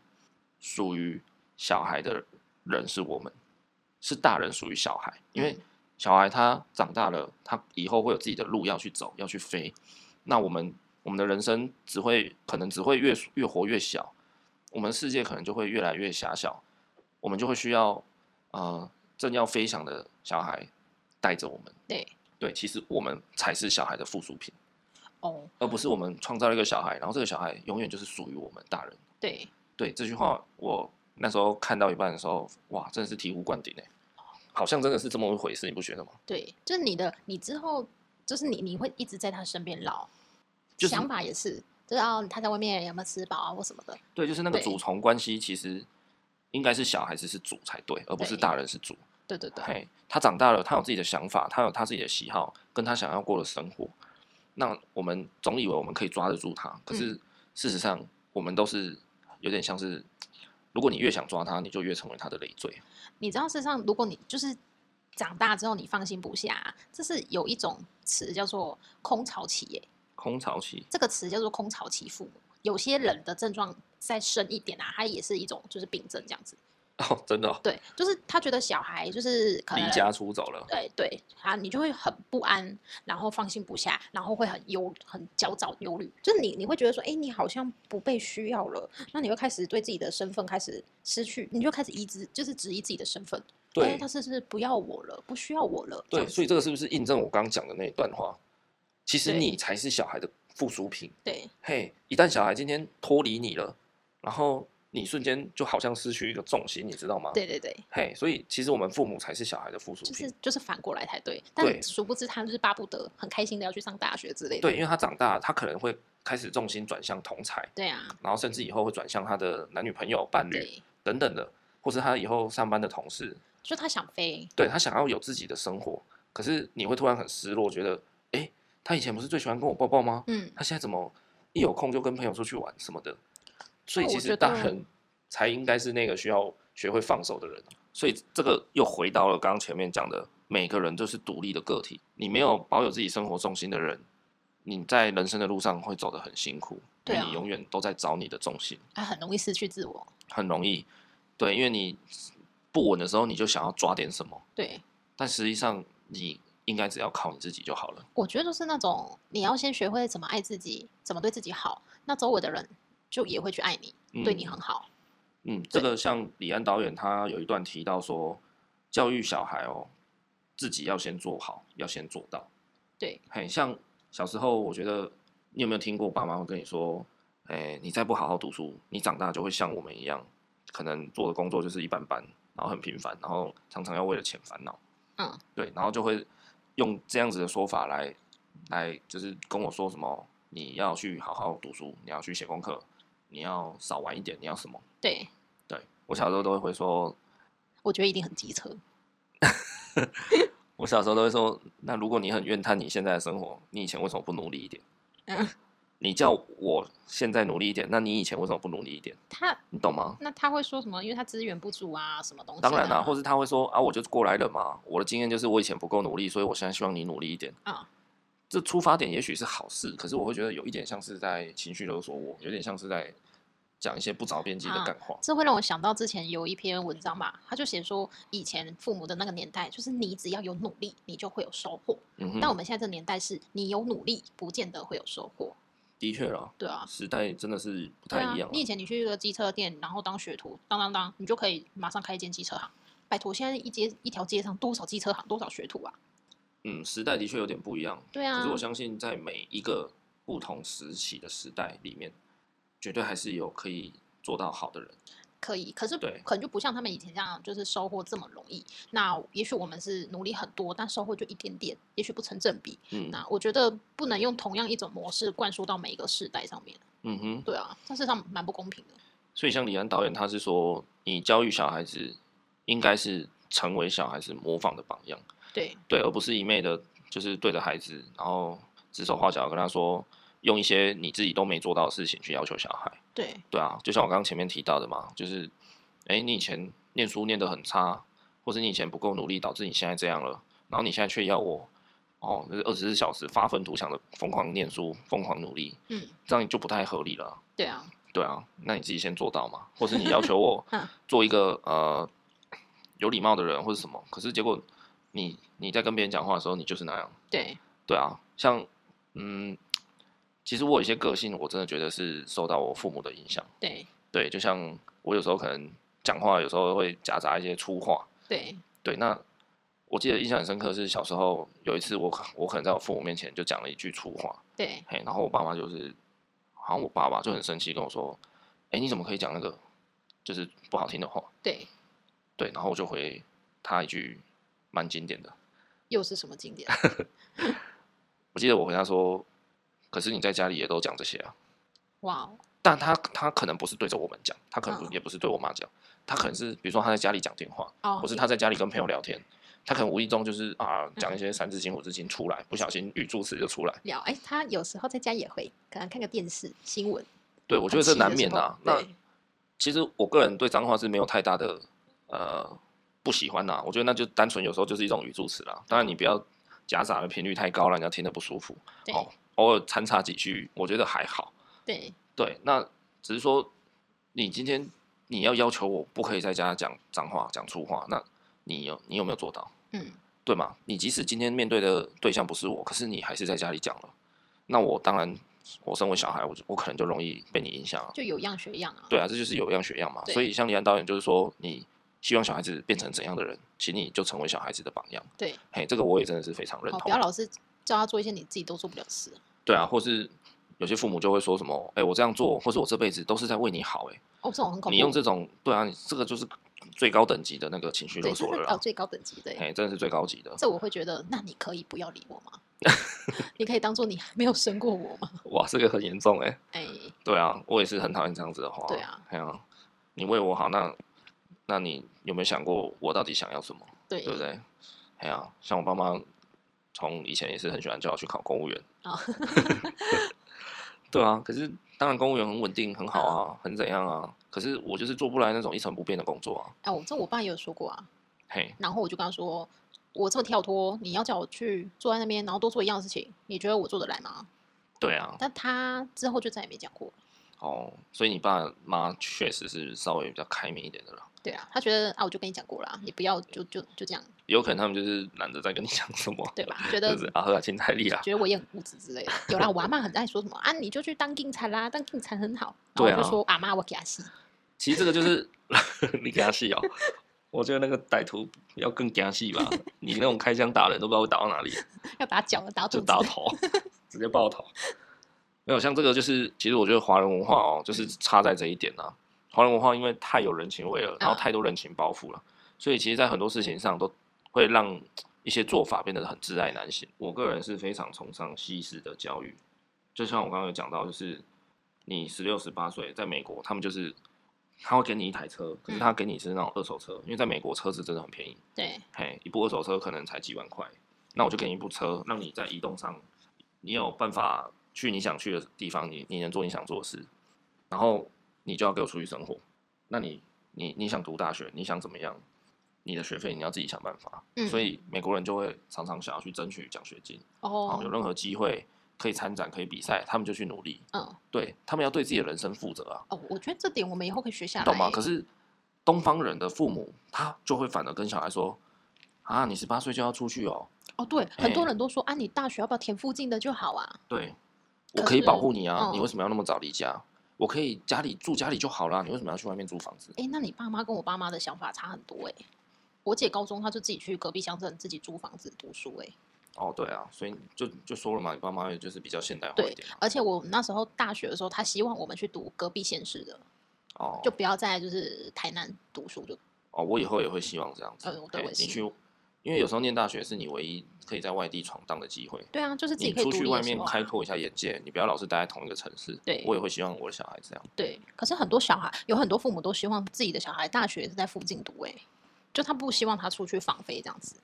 Speaker 1: 属于小孩的人是我们，是大人属于小孩，因为
Speaker 2: 嗯
Speaker 1: 小孩他长大了，他以后会有自己的路要去走，要去飞。那我们我们的人生只会可能只会越越活越小，我们的世界可能就会越来越狭小，我们就会需要呃正要飞翔的小孩带着我们。
Speaker 2: 对，
Speaker 1: 对，其实我们才是小孩的附属品。
Speaker 2: 哦，
Speaker 1: 而不是我们创造了一个小孩，然后这个小孩永远就是属于我们大人。
Speaker 2: 对，
Speaker 1: 对这句话，
Speaker 2: 嗯
Speaker 1: 我那时候看到一半的时候，哇，真的是醍醐灌顶哎，好像真的是这么一回事，你不觉得吗？
Speaker 2: 对，就是你的，你之后就是你，你会一直在他身边唠，
Speaker 1: 就是
Speaker 2: 想法也是，就是哦，他在外面有没有吃饱啊或什么的，
Speaker 1: 对，就是那个
Speaker 2: 对
Speaker 1: 主从关系，其实应该是小孩子是主才对，而不是
Speaker 2: 对
Speaker 1: 大人是主。
Speaker 2: 对对对，
Speaker 1: 嘿，他长大了，他有自己的想法，他有他自己的喜好，跟他想要过的生活。那我们总以为我们可以抓得住他，可
Speaker 2: 嗯
Speaker 1: 是事实上，我们都是有点像是，如果你越想抓他，你就越成为他的累赘。
Speaker 2: 你知道，事实上，如果你就是长大之后你放心不下啊、这是有一种词叫做空巢期耶、
Speaker 1: 空巢期，
Speaker 2: 这个词叫做空巢期父母。有些人的症状再深一点啊，它也是一种就是病症这样子。
Speaker 1: 哦，真的、哦、
Speaker 2: 对，就是他觉得小孩就是可能
Speaker 1: 离家出走了，
Speaker 2: 对对啊，你就会很不安，然后放心不下，然后会很忧、很焦躁、忧虑。就是你你会觉得说，哎，你好像不被需要了，那你会开始对自己的身份开始失去，你就开始疑质，就是质疑自己的身份。
Speaker 1: 对
Speaker 2: 诶他是不是不要我了，不需要我了？这
Speaker 1: 对，
Speaker 2: 样子
Speaker 1: 所以这个是不是印证我刚刚讲的那一段话？其实
Speaker 2: 对
Speaker 1: 你才是小孩的附属品。
Speaker 2: 对
Speaker 1: 嘿，一旦小孩今天脱离你了，然后你瞬间就好像失去一个重心，你知道吗？
Speaker 2: 对对对，
Speaker 1: 嘿，所以其实我们父母才是小孩的附属
Speaker 2: 就
Speaker 1: 品。
Speaker 2: 是就是反过来才对。
Speaker 1: 对
Speaker 2: 但殊不知他就是巴不得很开心的要去上大学之类的。
Speaker 1: 对，因为他长大，他可能会开始重心转向同才，
Speaker 2: 对啊，
Speaker 1: 然后甚至以后会转向他的男女朋友、伴侣
Speaker 2: 对，
Speaker 1: 等等的，或是他以后上班的同事。
Speaker 2: 就他想飞，
Speaker 1: 对他想要有自己的生活，可是你会突然很失落，觉得，哎，他以前不是最喜欢跟我抱抱吗？
Speaker 2: 嗯，
Speaker 1: 他现在怎么一有空就跟朋友出去玩什么的？所以
Speaker 2: 那
Speaker 1: 其
Speaker 2: 哦我
Speaker 1: 实
Speaker 2: 觉
Speaker 1: 大
Speaker 2: 得
Speaker 1: 人才应该是那个需要学会放手的人。啊所以这个又回到了刚刚前面讲的，每个人都是独立的个体，你没有保有自己生活重心的人，你在人生的路上会走得很辛苦，因
Speaker 2: 对
Speaker 1: 为
Speaker 2: 啊
Speaker 1: 你永远都在找你的重心。
Speaker 2: 他很容易失去自我。
Speaker 1: 很容易，对，因为你不稳的时候，你就想要抓点什么，
Speaker 2: 对，
Speaker 1: 但实际上你应该只要靠你自己就好了。
Speaker 2: 我觉得就是那种你要先学会怎么爱自己，怎么对自己好，那周围的人就也会去爱你，对你
Speaker 1: 嗯
Speaker 2: 很好。
Speaker 1: 嗯，这
Speaker 2: 对
Speaker 1: 个像李安导演他有一段提到说，教育小孩哦，自己要先做好，要先做到。
Speaker 2: 对，
Speaker 1: 很像小时候，我觉得你有没有听过爸妈会跟你说，哎、你再不好好读书，你长大就会像我们一样，可能做的工作就是一般般，然后很平凡，然后常常要为了钱烦恼。
Speaker 2: 嗯，
Speaker 1: 对，然后就会用这样子的说法来来，就是跟我说什么，你要去好好读书，你要去写功课，你要少玩一点，你要什么？
Speaker 2: 对，
Speaker 1: 对我小时候都会说，
Speaker 2: 我觉得一定很机车。
Speaker 1: 我小时候都会说，那如果你很怨叹你现在的生活，你以前为什么不努力一点？
Speaker 2: 嗯，
Speaker 1: 你叫我现在努力一点，那你以前为什么不努力一点？
Speaker 2: 他
Speaker 1: 你懂吗？
Speaker 2: 那他会说什么？因为他资源不足啊，什么东西、
Speaker 1: 当然啦、
Speaker 2: 啊，
Speaker 1: 或是他会说啊，我就是过来人嘛，我的经验就是我以前不够努力，所以我现在希望你努力一点。
Speaker 2: 啊，
Speaker 1: 这出发点也许是好事，可是我会觉得有一点像是在情绪勒索我，有点像是在讲一些不着边际的
Speaker 2: 啊
Speaker 1: 干话。
Speaker 2: 这会让我想到之前有一篇文章嘛，他就写说以前父母的那个年代，就是你只要有努力，你就会有收获。
Speaker 1: 嗯
Speaker 2: 但
Speaker 1: 哼，
Speaker 2: 我们现在这个年代是，你有努力，不见得会有收获。
Speaker 1: 的确啦，
Speaker 2: 对啊，
Speaker 1: 时代真的是不
Speaker 2: 对
Speaker 1: 太
Speaker 2: 啊
Speaker 1: 一样，了
Speaker 2: 你以。前你去一个机车店，然后当学徒，当当当，你就可以马上开一间机车行。拜托，现在一街一条街上多少机车行，多少学徒啊？
Speaker 1: 嗯，时代的确有点不一样。
Speaker 2: 对
Speaker 1: 可
Speaker 2: 啊
Speaker 1: 是，我相信，在每一个不同时期的时代里面，绝对还是有可以做到好的人。
Speaker 2: 可以，可是
Speaker 1: 对
Speaker 2: 可能就不像他们以前这样，就是收获这么容易。那也许我们是努力很多，但收获就一点点，也许不成正比。
Speaker 1: 嗯
Speaker 2: 那我觉得不能用同样一种模式灌输到每一个世代上面。
Speaker 1: 嗯哼，
Speaker 2: 对啊，但事实上蛮不公平的。
Speaker 1: 所以像李安导演，他是说，你教育小孩子应该是成为小孩子模仿的榜样，
Speaker 2: 对
Speaker 1: 对，而不是一昧的，就是对着孩子，然后指手画脚地跟他说，用一些你自己都没做到的事情去要求小孩。
Speaker 2: 对
Speaker 1: 对啊，就像我刚刚前面提到的嘛，就是，哎，你以前念书念得很差，或是你以前不够努力，导致你现在这样了，然后你现在却要我，哦，就是二十四小时发愤图强的疯狂念书、疯狂努力，
Speaker 2: 嗯，
Speaker 1: 这样就不太合理了。
Speaker 2: 对啊，
Speaker 1: 对啊，那你自己先做到嘛，或是你要求我
Speaker 2: 嗯
Speaker 1: 做一个呃有礼貌的人，或者什么，可是结果你你在跟别人讲话的时候，你就是那样。
Speaker 2: 对
Speaker 1: 对啊，像嗯，其实我有一些个性，我真的觉得是受到我父母的影响。
Speaker 2: 对
Speaker 1: 对，就像我有时候可能讲话，有时候会夹杂一些粗话。
Speaker 2: 对，
Speaker 1: 对，那我记得印象很深刻是小时候有一次我可我可能在我父母面前就讲了一句粗话，
Speaker 2: 对
Speaker 1: 嘿，然后我爸妈就是，好像我爸爸就很生气跟我说：“哎，你怎么可以讲那个就是不好听的话
Speaker 2: 对，？”
Speaker 1: 对，然后我就回他一句蛮经典的，
Speaker 2: 又是什么经典？
Speaker 1: 我记得我回他说：“可是你在家里也都讲这些啊。”
Speaker 2: 哇哦，
Speaker 1: 但他他可能不是对着我们讲，他可能不
Speaker 2: 嗯
Speaker 1: 也不是对我妈讲，他可能是比如说他在家里讲电话，
Speaker 2: 哦嗯
Speaker 1: 或是他在家里跟朋友聊天，他可能无意中就是啊讲一些三字经、五字经出来，不小心语助词就出来。
Speaker 2: 聊哎，他有时候在家也会，可能看个电视新闻。
Speaker 1: 对，我觉得这
Speaker 2: 哦很气的
Speaker 1: 难免
Speaker 2: 时候
Speaker 1: 啊。那
Speaker 2: 对
Speaker 1: 其实我个人对脏话是没有太大的呃不喜欢啦、我觉得那就单纯有时候就是一种语助词啦。当然你不要夹杂的频率太高，让人家听得不舒服。
Speaker 2: 对
Speaker 1: 哦，偶尔掺插几句，我觉得还好。
Speaker 2: 对
Speaker 1: 对，那只是说你今天你要要求我不可以在家讲脏话、讲粗话，那你有你有没有做到？
Speaker 2: 嗯，
Speaker 1: 对吗？你即使今天面对的对象不是我，可是你还是在家里讲了，那我当然，我身为小孩，我就我可能就容易被你影响啊。
Speaker 2: 就有样学样啊。
Speaker 1: 对啊，这就是有样学样嘛。
Speaker 2: 对
Speaker 1: 所以像李安导演就是说，你希望小孩子变成怎样的人，请你就成为小孩子的榜样。
Speaker 2: 对，
Speaker 1: 嘿，这个我也真的是非常认
Speaker 2: 好，
Speaker 1: 同。啊
Speaker 2: 不要老是叫他做一些你自己都做不了的事。
Speaker 1: 对啊，或是有些父母就会说什么，哎、我这样做，或是我这辈子都是在为你好、欸，
Speaker 2: 哦，这种很恐怖。
Speaker 1: 你用这种，对啊，你这个就是最高等级的那个情绪勒
Speaker 2: 对，这
Speaker 1: 索
Speaker 2: 是
Speaker 1: 了
Speaker 2: 到
Speaker 1: 啦，
Speaker 2: 最高等级的耶。
Speaker 1: 哎、真的是最高级的，
Speaker 2: 这我会觉得，那你可以不要理我 吗？你可以当做你还没有生过我吗？
Speaker 1: 哇，这个很严重哎、
Speaker 2: 哎，
Speaker 1: 对啊，我也是很讨厌这样子的话，
Speaker 2: 对啊，
Speaker 1: 哎呀、你为我好，那那你有没有想过我到底想要什么，
Speaker 2: 对
Speaker 1: 对不对？哎呀、像我爸妈从以前也是很喜欢叫我去考公务员，
Speaker 2: 哦
Speaker 1: 对啊，可是当然公务员很稳定，很好啊，很怎样啊，可是我就是做不来那种一成不变的工作啊，
Speaker 2: 哎，我这我爸也有说过啊。
Speaker 1: 嘿，
Speaker 2: 然后我就跟他说，我这么跳脱，你要叫我去坐在那边，然后多做一样的事情，你觉得我做得来吗？
Speaker 1: 对啊，
Speaker 2: 但他之后就再也没讲过。
Speaker 1: 哦，所以你爸妈确实是稍微比较开明一点的啦。
Speaker 2: 对啊，他觉得啊，我就跟你讲过啦，你不要就就就这样，
Speaker 1: 也有可能他们就是懒得再跟你讲什么，
Speaker 2: 对吧？
Speaker 1: 就
Speaker 2: 觉得
Speaker 1: 是啊，喝啊，心太力啊，
Speaker 2: 觉得我也很固执之类的。有啦，我阿妈很爱说什么啊，你就去当警察啦，当警察很好。然后
Speaker 1: 对
Speaker 2: 我就
Speaker 1: 啊
Speaker 2: 说阿妈，我给他洗。
Speaker 1: 其实这个就是 你给他戏 哦，我觉得那个歹徒要更给他戏吧，你那种开枪打人都不知道会打到哪里，
Speaker 2: 要把他脚打
Speaker 1: 就
Speaker 2: 肿，
Speaker 1: 打 头，直接爆头。没有像这个就是，其实我觉得华人文化哦，就是差在这一点啊。华人文化因为太有人情味了，然后
Speaker 2: 嗯
Speaker 1: 太多人情包袱了，所以其实，在很多事情上都会让一些做法变得很挚爱难行。我个人是非常崇尚西式的教育，就像我刚刚有讲到，就是你十六、十八岁，在美国，他们就是他会给你一台车，
Speaker 2: 嗯
Speaker 1: 可是他给你是那种二手车，因为在美国车子真的很便宜，
Speaker 2: 对，
Speaker 1: 嘿，一部二手车可能才几万块，那我就给你一部车，让你在移动上，你有办法去你想去的地方，你你能做你想做的事，然后你就要给我出去生活。那你你你想读大学，你想怎么样？你的学费你要自己想办法。
Speaker 2: 嗯
Speaker 1: 所以美国人就会常常想要去争取奖学金，哦，有
Speaker 2: 哦，
Speaker 1: 任何机会可以参展、可以比赛，他们就去努力。
Speaker 2: 嗯，
Speaker 1: 对他们要对自己的人生负责啊，
Speaker 2: 哦，我觉得这点我们以后可以学下来。
Speaker 1: 懂吗？可是东方人的父母他就会反而跟小孩说：“啊，你十八岁就要出去哦。”
Speaker 2: 哦，对，很多
Speaker 1: 哎
Speaker 2: 人都说啊，你大学要不要填附近的就好啊？
Speaker 1: 对，我
Speaker 2: 可
Speaker 1: 可以保
Speaker 2: 是
Speaker 1: 护你啊，你
Speaker 2: 嗯
Speaker 1: 为什么要那么早离家？我可以家里住家里就好啦，你为什么要去外面租房子？
Speaker 2: 哎，那你爸妈跟我爸妈的想法差很多哎。我姐高中她就自己去隔壁乡镇自己租房子读书哎。
Speaker 1: 哦，对啊，所以就就说了嘛，你爸妈也就是比较现代化一
Speaker 2: 对
Speaker 1: 点嘛，啊
Speaker 2: 而且我那时候大学的时候，她希望我们去读隔壁县市的，
Speaker 1: 哦，
Speaker 2: 就不要在就是台南读书就
Speaker 1: 哦，我以后也会希望这样子。
Speaker 2: 呃我对
Speaker 1: 嘿
Speaker 2: 我也
Speaker 1: 你
Speaker 2: 是
Speaker 1: 去，因为有时候念大学是你唯一可以在外地闯荡的机会，
Speaker 2: 对啊，就是自己
Speaker 1: 你
Speaker 2: 可以
Speaker 1: 出
Speaker 2: 独
Speaker 1: 去
Speaker 2: 立
Speaker 1: 外
Speaker 2: 的时
Speaker 1: 面
Speaker 2: 候啊。
Speaker 1: 开拓一下眼界，你不要老是待在同一个城市。
Speaker 2: 对
Speaker 1: 我也会希望我的小孩这样。
Speaker 2: 对，可是很多小孩有很多父母都希望自己的小孩大学是在附近读哎，就他不希望他出去放飞这样子。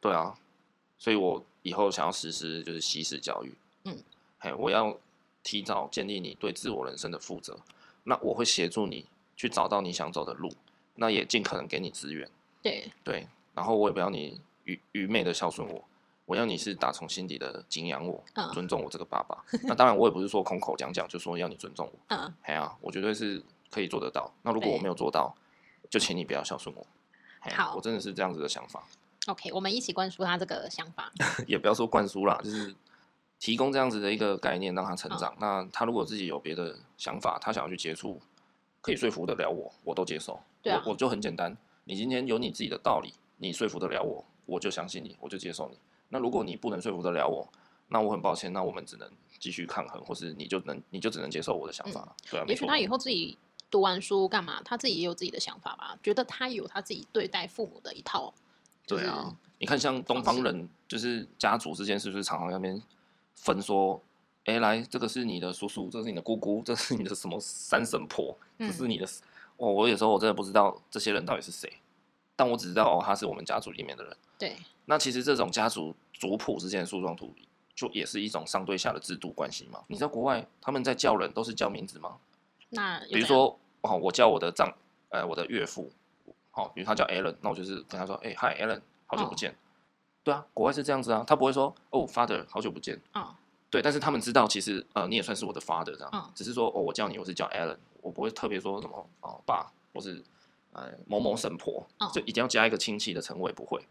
Speaker 1: 对啊，所以我以后想要实施就是西式教育。
Speaker 2: 嗯，
Speaker 1: 嘿，我要提早建立你对自我人生的负责。那我会协助你去找到你想走的路，那也尽可能给你资源。
Speaker 2: 对，
Speaker 1: 对，然后我也不要你愚愚昧的孝顺我，我要你是打从心底的敬仰我，
Speaker 2: 嗯
Speaker 1: 尊重我这个爸 爸。那当然，我也不是说空口讲讲，就说要你尊重我。
Speaker 2: 嗯，
Speaker 1: 哎呀、我绝对是可以做得到。那如果我
Speaker 2: 对
Speaker 1: 没有做到，就请你不要孝顺我。嘿
Speaker 2: 好
Speaker 1: 我真的是这样子的想法。
Speaker 2: OK，我们一起灌输他这个想法。
Speaker 1: 也不要说灌输啦，就是提供这样子的一个概念让他成
Speaker 2: 嗯
Speaker 1: 长。那他如果自己有别的想法，他想要去接触，可以说服得了我，我都接受。
Speaker 2: 对啊
Speaker 1: 我我就很简单，你今天有你自己的道理，你说服得了我，我就相信你，我就接受你。那如果你不能说服得了我，那我很抱歉，那我们只能继续抗衡，或是你就能你就只能接受我的想法了。对啊，
Speaker 2: 嗯也
Speaker 1: 没
Speaker 2: 许
Speaker 1: 错。
Speaker 2: 他以后自己读完书干嘛，他自己也有自己的想法吧，觉得他有他自己对待父母的一套。
Speaker 1: 对啊，，你看像东方人，就是家族之间是不是常常在那边分说？哎、来，这个是你的叔叔，这是你的姑姑，这是你的什么三婶婆，这是
Speaker 2: 嗯，
Speaker 1: 你的……哦，我有时候我真的不知道这些人到底是谁，但我只知道哦，他是我们家族里面的人。
Speaker 2: 对，
Speaker 1: 那其实这种家族族谱之间的诉状图，就也是一种上对下的制度关系嘛。你在国外他们在叫人都是叫名字吗？
Speaker 2: 那又
Speaker 1: 比如
Speaker 2: 怎样，
Speaker 1: 说，哦，我叫我的丈，呃，我的岳父，哦，比如他叫 Alan，那我就是跟他说，哎、嗨 a l a n 好久不
Speaker 2: 哦
Speaker 1: 见。对啊，国外是这样子啊，他不会说，哦，father，好久不见。
Speaker 2: 啊、
Speaker 1: 对，但是他们知道，其实呃，你也算是我的 father 这样，
Speaker 2: 嗯
Speaker 1: 只是说，哦，我叫你，我是叫 Alan，我不会特别说什么，哦，爸，我或是呃某某神婆
Speaker 2: 嗯，
Speaker 1: 就一定要加一个亲戚的称谓，不会。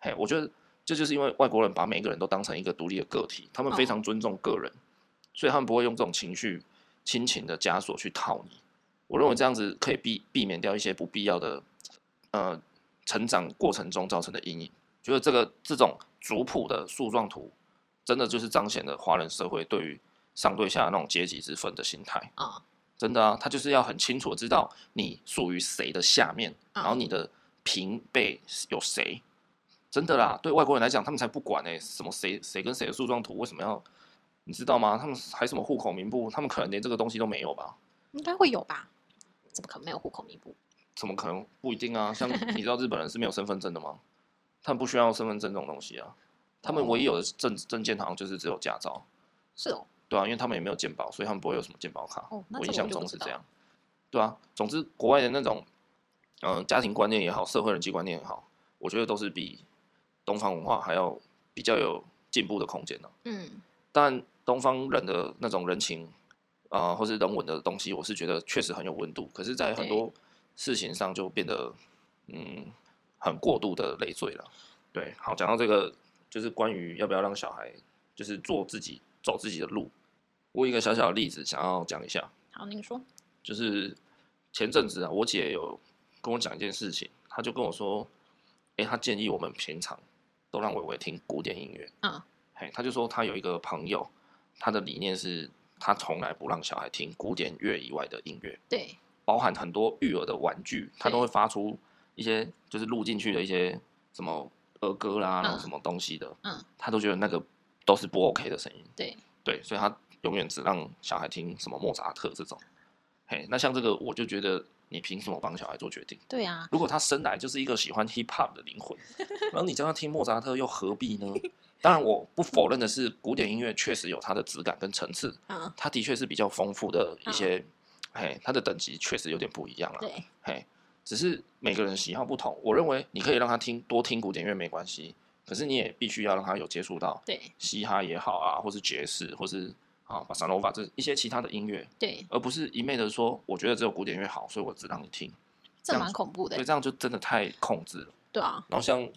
Speaker 1: 嘿，我觉得这就是因为外国人把每一个人都当成一个独立的个体，他们非
Speaker 2: 嗯
Speaker 1: 常尊重个人，所以他们不会用这种情绪亲情的枷锁去套你。我认为这样子可以避避免掉一些不必要的呃成长过程中造成的阴影。觉得这个这种族谱的树状图，真的就是彰显了华人社会对于上对下那种阶级之分的心态。
Speaker 2: 啊
Speaker 1: 真的啊，他就是要很清楚地知道你属于谁的下面，
Speaker 2: 嗯
Speaker 1: 然后你的平辈有谁。真的啦，对外国人来讲，他们才不管哎、什么谁谁跟谁的树状图，为什么要？你知道吗？他们还什么户口名簿，他们可能连这个东西都没有吧？
Speaker 2: 应该会有吧？怎么可能没有户口名簿？
Speaker 1: 怎么可能不一定啊？像你知道日本人是没有身份证的吗？他们不需要身份证这种东西啊，他们唯一有的证证件好像就是只有驾照，
Speaker 2: 是哦，
Speaker 1: 对啊，因为他们也没有健保，所以他们不会有什么健保卡。
Speaker 2: 哦那
Speaker 1: 我印
Speaker 2: 这个
Speaker 1: 象
Speaker 2: 我就
Speaker 1: 中
Speaker 2: 不
Speaker 1: 是
Speaker 2: 知
Speaker 1: 这
Speaker 2: 道
Speaker 1: 样，对啊。总之，国外的那种，呃，家庭观念也好，社会人际观念也好，我觉得都是比东方文化还要比较有进步的空间的、哦
Speaker 2: 嗯
Speaker 1: 但东方人的那种人情啊、呃或是人文的东西，我是觉得确实很有温度。可是，在很
Speaker 2: 对
Speaker 1: 多事情上就变得嗯很过度的累赘了。对，好，讲到这个，就是关于要不要让小孩就是做自己走自己的路。我有一个小小的例子想要讲一下，
Speaker 2: 好，您说，
Speaker 1: 就是前阵子啊，我姐有跟我讲一件事情，她就跟我说，诶，她建议我们平常都让伟伟听古典音乐。
Speaker 2: 嗯，
Speaker 1: 嘿，她就说她有一个朋友，她的理念是她从来不让小孩听古典乐以外的音乐，
Speaker 2: 对，
Speaker 1: 包含很多育儿的玩具，她都
Speaker 2: 对
Speaker 1: 会发出一些就是录进去的一些什么儿歌啦，然后
Speaker 2: 嗯
Speaker 1: 什么东西的，
Speaker 2: 嗯，
Speaker 1: 她都觉得那个都是不 OK 的声音。
Speaker 2: 对，
Speaker 1: 对，所以他永远只让小孩听什么莫扎特这种。嘿，那像这个，我就觉得你凭什么帮小孩做决定？
Speaker 2: 对啊，
Speaker 1: 如果他生来就是一个喜欢 hip hop 的灵魂，然后你叫他听莫扎特又何必呢？当然，我不否认的是，古典音乐确实有它的质感跟层次，
Speaker 2: 嗯，
Speaker 1: 它的确是比较丰富的一些，嘿，它的等级确实有点不一样了。
Speaker 2: 对，
Speaker 1: 嘿，只是每个人喜好不同，我认为你可以让他听多听古典乐没关系，可是你也必须要让他有接触到
Speaker 2: 对，
Speaker 1: 嘻哈也好啊，或是爵士，或是啊巴萨诺瓦这一些其他的音乐，
Speaker 2: 对，
Speaker 1: 而不是一昧的说我觉得只有古典乐好，所以我只让你听，这
Speaker 2: 这
Speaker 1: 样
Speaker 2: 蛮
Speaker 1: 子
Speaker 2: 恐怖的
Speaker 1: 所以，这样就真的太控制了。
Speaker 2: 对啊，
Speaker 1: 然后像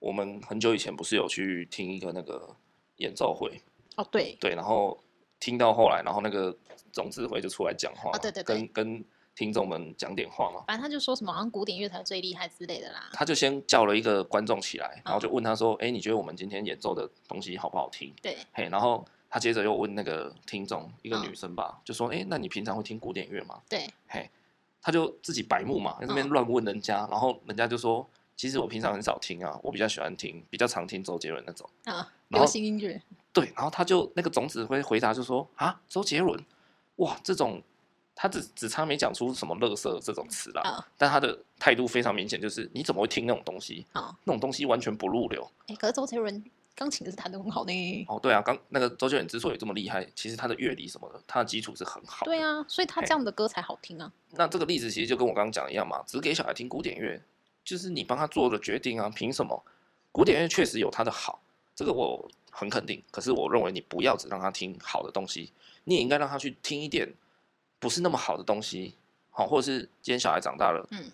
Speaker 1: 我们很久以前不是有去听一个那个演奏会，
Speaker 2: 哦，对，
Speaker 1: 对，然后听到后来，然后那个总指挥就出来讲话嘛，
Speaker 2: 哦对对对
Speaker 1: 跟跟听众们讲点话嘛。
Speaker 2: 反正他就说什么好像古典乐团最厉害之类的啦，
Speaker 1: 他就先叫了一个观众起来，然后
Speaker 2: 嗯
Speaker 1: 就问他说：“哎、你觉得我们今天演奏的东西好不好听？”
Speaker 2: 对，
Speaker 1: 嘿，然后他接着又问那个听众，一个
Speaker 2: 嗯
Speaker 1: 女生吧，就说：“哎、那你平常会听古典乐吗
Speaker 2: 对，？”
Speaker 1: 嘿，他就自己白目嘛，在那边
Speaker 2: 嗯
Speaker 1: 乱问人家，然后人家就说：“其实我平常很少听啊，我比较喜欢听，比较常听周杰伦那种。
Speaker 2: 啊，
Speaker 1: 然
Speaker 2: 流
Speaker 1: 后
Speaker 2: 行音乐，”
Speaker 1: 对，然后他就那个总指挥回答就说：“啊，周杰伦，哇，这种他只只差没讲出什么“乐色”这种词啦，
Speaker 2: 啊
Speaker 1: 但他的态度非常明显，就是你怎么会听那种东西？
Speaker 2: 啊，
Speaker 1: 那种东西完全不入流。
Speaker 2: 哎，可是周杰伦钢琴也是弹得很好呢，
Speaker 1: 哦，对啊，刚那个周杰伦之所以这么厉害，其实他的乐理什么的，他的基础是很好。
Speaker 2: 对，啊，所以他
Speaker 1: 嘿
Speaker 2: 这样的歌才好听啊，
Speaker 1: 那这个例子其实就跟我刚刚讲的一样嘛，只给小孩听古典乐，就是你帮他做的决定啊，凭什么？古典乐确实有它的好，这个我很肯定。可是我认为你不要只让他听好的东西，你也应该让他去听一点不是那么好的东西。好、或者是今天小孩长大了，
Speaker 2: 嗯，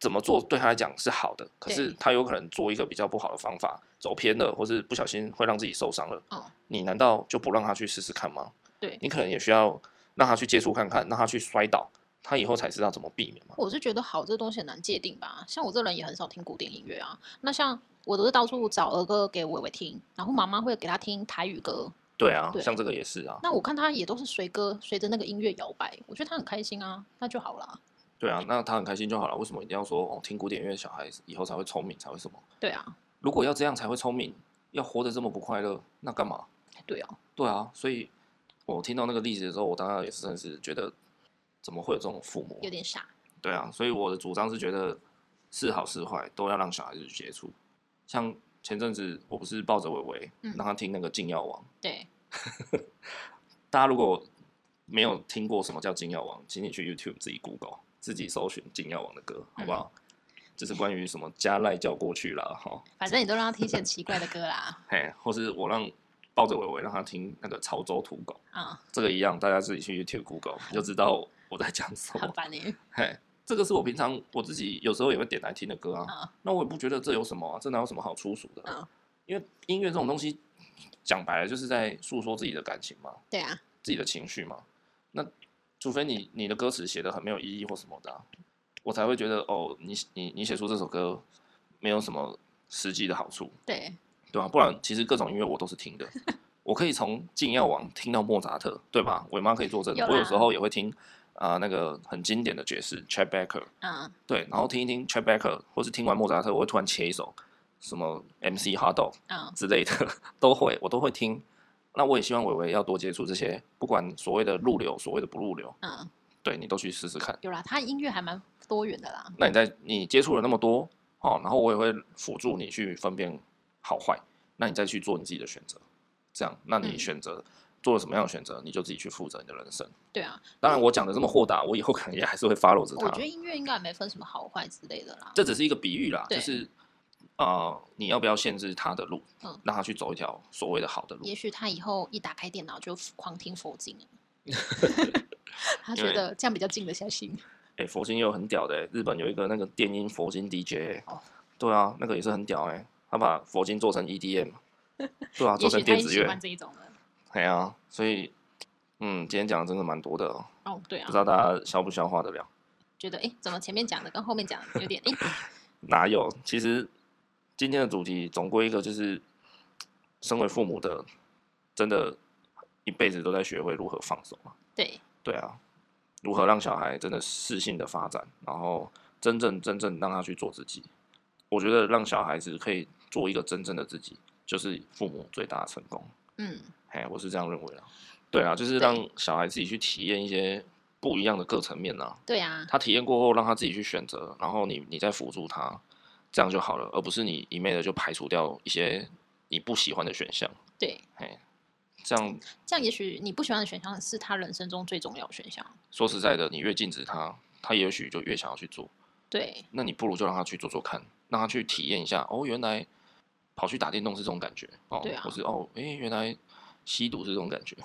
Speaker 1: 怎么做对他来讲是好的，可是
Speaker 2: 对
Speaker 1: 他有可能做一个比较不好的方法，走偏了，或是不小心会让自己受伤了。
Speaker 2: 哦，
Speaker 1: 你难道就不让他去试试看吗？
Speaker 2: 对，
Speaker 1: 你可能也需要让他去接触看看，让他去摔倒，他以后才知道怎么避免嘛。
Speaker 2: 我是觉得好这东西很难界定吧，像我这人也很少听古典音乐啊，那像我都是到处找儿歌给伟伟听，然后妈妈会给他听台语歌，
Speaker 1: 对啊，
Speaker 2: 对
Speaker 1: 像这个也是啊，
Speaker 2: 那我看他也都是随歌随着那个音乐摇摆，我觉得他很开心啊，那就好啦，
Speaker 1: 对啊，那他很开心就好了。为什么一定要说哦，听古典乐小孩以后才会聪明，才会什么？
Speaker 2: 对啊，
Speaker 1: 如果要这样才会聪明，要活得这么不快乐，那干嘛？
Speaker 2: 对啊，
Speaker 1: 对啊，所以我听到那个例子的时候，我当然也是真的是觉得，怎么会有这种父母啊？
Speaker 2: 有点傻，
Speaker 1: 对啊，所以我的主张是觉得是好是坏都要让小孩子去接触。像前阵子我不是抱着伟伟，
Speaker 2: 嗯
Speaker 1: 让他听那个《禁药王》，
Speaker 2: 对，
Speaker 1: 大家如果没有听过什么叫《禁药王》，请你去 YouTube 自己 Google，自己搜寻《禁药王》的歌，好不好？就是关于什么加赖叫过去啦，哈，
Speaker 2: 反正你都让他听一些奇怪的歌啦，
Speaker 1: 嘿，或是我让抱着伟伟让他听那个潮州土狗，
Speaker 2: 啊，
Speaker 1: 这个一样，大家自己去 YouTube Google 你就知道我在讲什
Speaker 2: 很
Speaker 1: 么。
Speaker 2: 烦呢、欸
Speaker 1: 嘿，这个是我平常我自己有时候也会点来听的歌啊。
Speaker 2: 嗯
Speaker 1: 那我也不觉得这有什么啊，这哪有什么好粗俗的？
Speaker 2: 嗯
Speaker 1: 因为音乐这种东西，讲白了就是在诉说自己的感情嘛，
Speaker 2: 对啊，
Speaker 1: 自己的情绪嘛。那除非你你的歌词写的很没有意义或什么的啊、我才会觉得哦，你你你写出这首歌没有什么实际的好处，
Speaker 2: 对，
Speaker 1: 对吧、不然其实各种音乐我都是听的，我可以从禁药王听到莫扎特，对吧？我妈可以作证，
Speaker 2: 有
Speaker 1: 我有
Speaker 2: 啦
Speaker 1: 时候也会听啊、呃那个很经典的爵士 Chet Baker。
Speaker 2: 嗯，
Speaker 1: 对，然后听一听 Chet Baker，或是听完莫扎特，我会突然切一首什么 MC Hard Dog
Speaker 2: 嗯，
Speaker 1: 之类的，都会，我都会听。那我也希望伟伟要多接触这些，不管所谓的入流，所谓的不入流，
Speaker 2: 嗯，
Speaker 1: 对你都去试试看。
Speaker 2: 有啦，他音乐还蛮多元的啦，
Speaker 1: 那你在你接触了那么多，哦，然后我也会辅助你去分辨好坏，那你再去做你自己的选择。这样，那你
Speaker 2: 嗯
Speaker 1: 选择、做了什么样的选择，你就自己去负责你的人生。
Speaker 2: 对啊，
Speaker 1: 当然，我讲的这么豁达，我以后可能也还是会啊 follow 着他。
Speaker 2: 我觉得音乐应该也没分什么好坏之类的啦，
Speaker 1: 这只是一个比喻啦，
Speaker 2: 对
Speaker 1: 就是呃，你要不要限制他的路，
Speaker 2: 嗯
Speaker 1: 让他去走一条所谓的好的路
Speaker 2: 也？许他以后一打开电脑就狂听佛经 了他觉得这样比较静得下心。
Speaker 1: 哎、佛经也有很屌的欸、日本有一个那个电音佛经 DJ，、欸
Speaker 2: 哦
Speaker 1: 对啊，那个也是很屌哎、他把佛经做成 EDM，对啊，
Speaker 2: 也
Speaker 1: 做成
Speaker 2: 许他
Speaker 1: 电
Speaker 2: 也
Speaker 1: 子
Speaker 2: 喜
Speaker 1: 乐
Speaker 2: 欢，这一种的。
Speaker 1: 哎呀、所以嗯，今天讲的真的蛮多的、哦，
Speaker 2: 哦，对
Speaker 1: 不
Speaker 2: 啊
Speaker 1: 知，道大家消不消化得了？
Speaker 2: 觉得哎，诶怎么前面讲的跟后面讲的有点哎，
Speaker 1: 哪有？其实今天的主题总归一个就是，身为父母的，真的，一辈子都在学会如何放手啊。
Speaker 2: 对，
Speaker 1: 对啊，如何让小孩真的适性的发展，然后真正真正让他去做自己。我觉得让小孩子可以做一个真正的自己，就是父母最大的成功。
Speaker 2: 嗯，
Speaker 1: 哎，我是这样认为啦。对啊，就是让小孩自己去体验一些不一样的各层面啦、
Speaker 2: 对啊，
Speaker 1: 他体验过后，让他自己去选择，然后你你再辅助他，这样就好了，而不是你一昧的就排除掉一些你不喜欢的选项。
Speaker 2: 对，
Speaker 1: 哎，这样
Speaker 2: 这样也许你不喜欢的选项是他人生中最重要的选项。
Speaker 1: 说实在的，你越禁止他，他也许就越想要去做。
Speaker 2: 对，
Speaker 1: 那你不如就让他去做做看，让他去体验一下。哦，原来跑去打电动是这种感觉哦，
Speaker 2: 对啊
Speaker 1: 或是哦，诶，原来吸毒是这种感觉。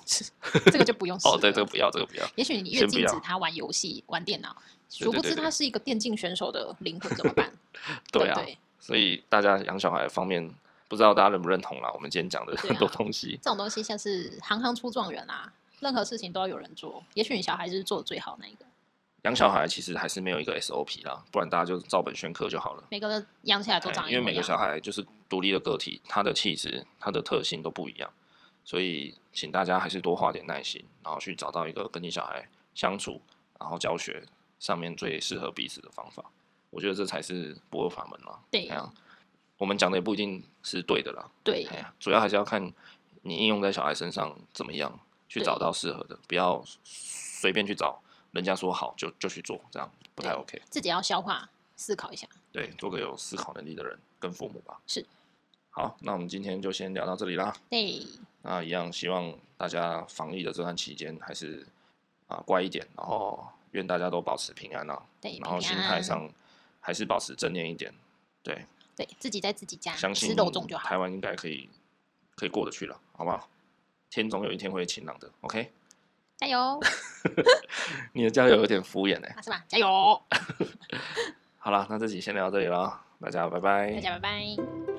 Speaker 2: 这个就不用试
Speaker 1: 哦，对，
Speaker 2: 了
Speaker 1: 这个不要，这个不要。
Speaker 2: 也许你
Speaker 1: 先
Speaker 2: 越
Speaker 1: 不
Speaker 2: 禁
Speaker 1: 要
Speaker 2: 止他玩游戏、玩电脑，
Speaker 1: 对
Speaker 2: 殊
Speaker 1: 对
Speaker 2: 不
Speaker 1: 对
Speaker 2: 知
Speaker 1: 对
Speaker 2: 他是一个电竞选手的灵魂，怎么 办？
Speaker 1: 对
Speaker 2: 不
Speaker 1: 啊，
Speaker 2: 对？
Speaker 1: 所以大家养小孩方面，不知道大家认不认同啦？我们今天讲的
Speaker 2: 对啊
Speaker 1: 很多东西，
Speaker 2: 这种东西像是行行出状元啊，任何事情都要有人做。也许你小孩就是做的最好那一个，
Speaker 1: 养小孩其实还是没有一个 SOP 啦，不然大家就照本宣科就好了。
Speaker 2: 每个人养起来都
Speaker 1: 哎
Speaker 2: 长一
Speaker 1: 因为
Speaker 2: 模
Speaker 1: 每
Speaker 2: 一
Speaker 1: 个
Speaker 2: 样。啊
Speaker 1: 小孩就是独立的个体，他的气质、他的特性都不一样，所以请大家还是多花点耐心，然后去找到一个跟你小孩相处，然后教学上面最适合彼此的方法。我觉得这才是不二法门啦。
Speaker 2: 对
Speaker 1: 哎呀，我们讲的也不一定是对的啦。
Speaker 2: 对
Speaker 1: 哎呀，主要还是要看你应用在小孩身上怎么样，去
Speaker 2: 对
Speaker 1: 找到适合的，不要随便去找人家说好就就去做，这样不太
Speaker 2: 对
Speaker 1: OK。
Speaker 2: 自己要消化、思考一下。
Speaker 1: 对，做个有思考能力的人跟父母吧。
Speaker 2: 是。
Speaker 1: 好，那我们今天就先聊到这里啦。
Speaker 2: 对，
Speaker 1: 那一样，希望大家防疫的这段期间还是啊、乖一点，然后愿大家都保持平安啊，
Speaker 2: 对，
Speaker 1: 然后
Speaker 2: 哦平
Speaker 1: 心
Speaker 2: 安
Speaker 1: 态上还是保持正念一点。对，
Speaker 2: 对自己在自己家
Speaker 1: 相
Speaker 2: 吃
Speaker 1: 信
Speaker 2: 肉粽就好。
Speaker 1: 台湾应该可以可以过得去了，好不好？天总有一天会晴朗的，OK？
Speaker 2: 加油，
Speaker 1: 你的加油有点敷衍哎、
Speaker 2: 啊是吧？加油，
Speaker 1: 哎好啦，那这集先聊到这里啦，大家拜拜，
Speaker 2: 大家拜拜。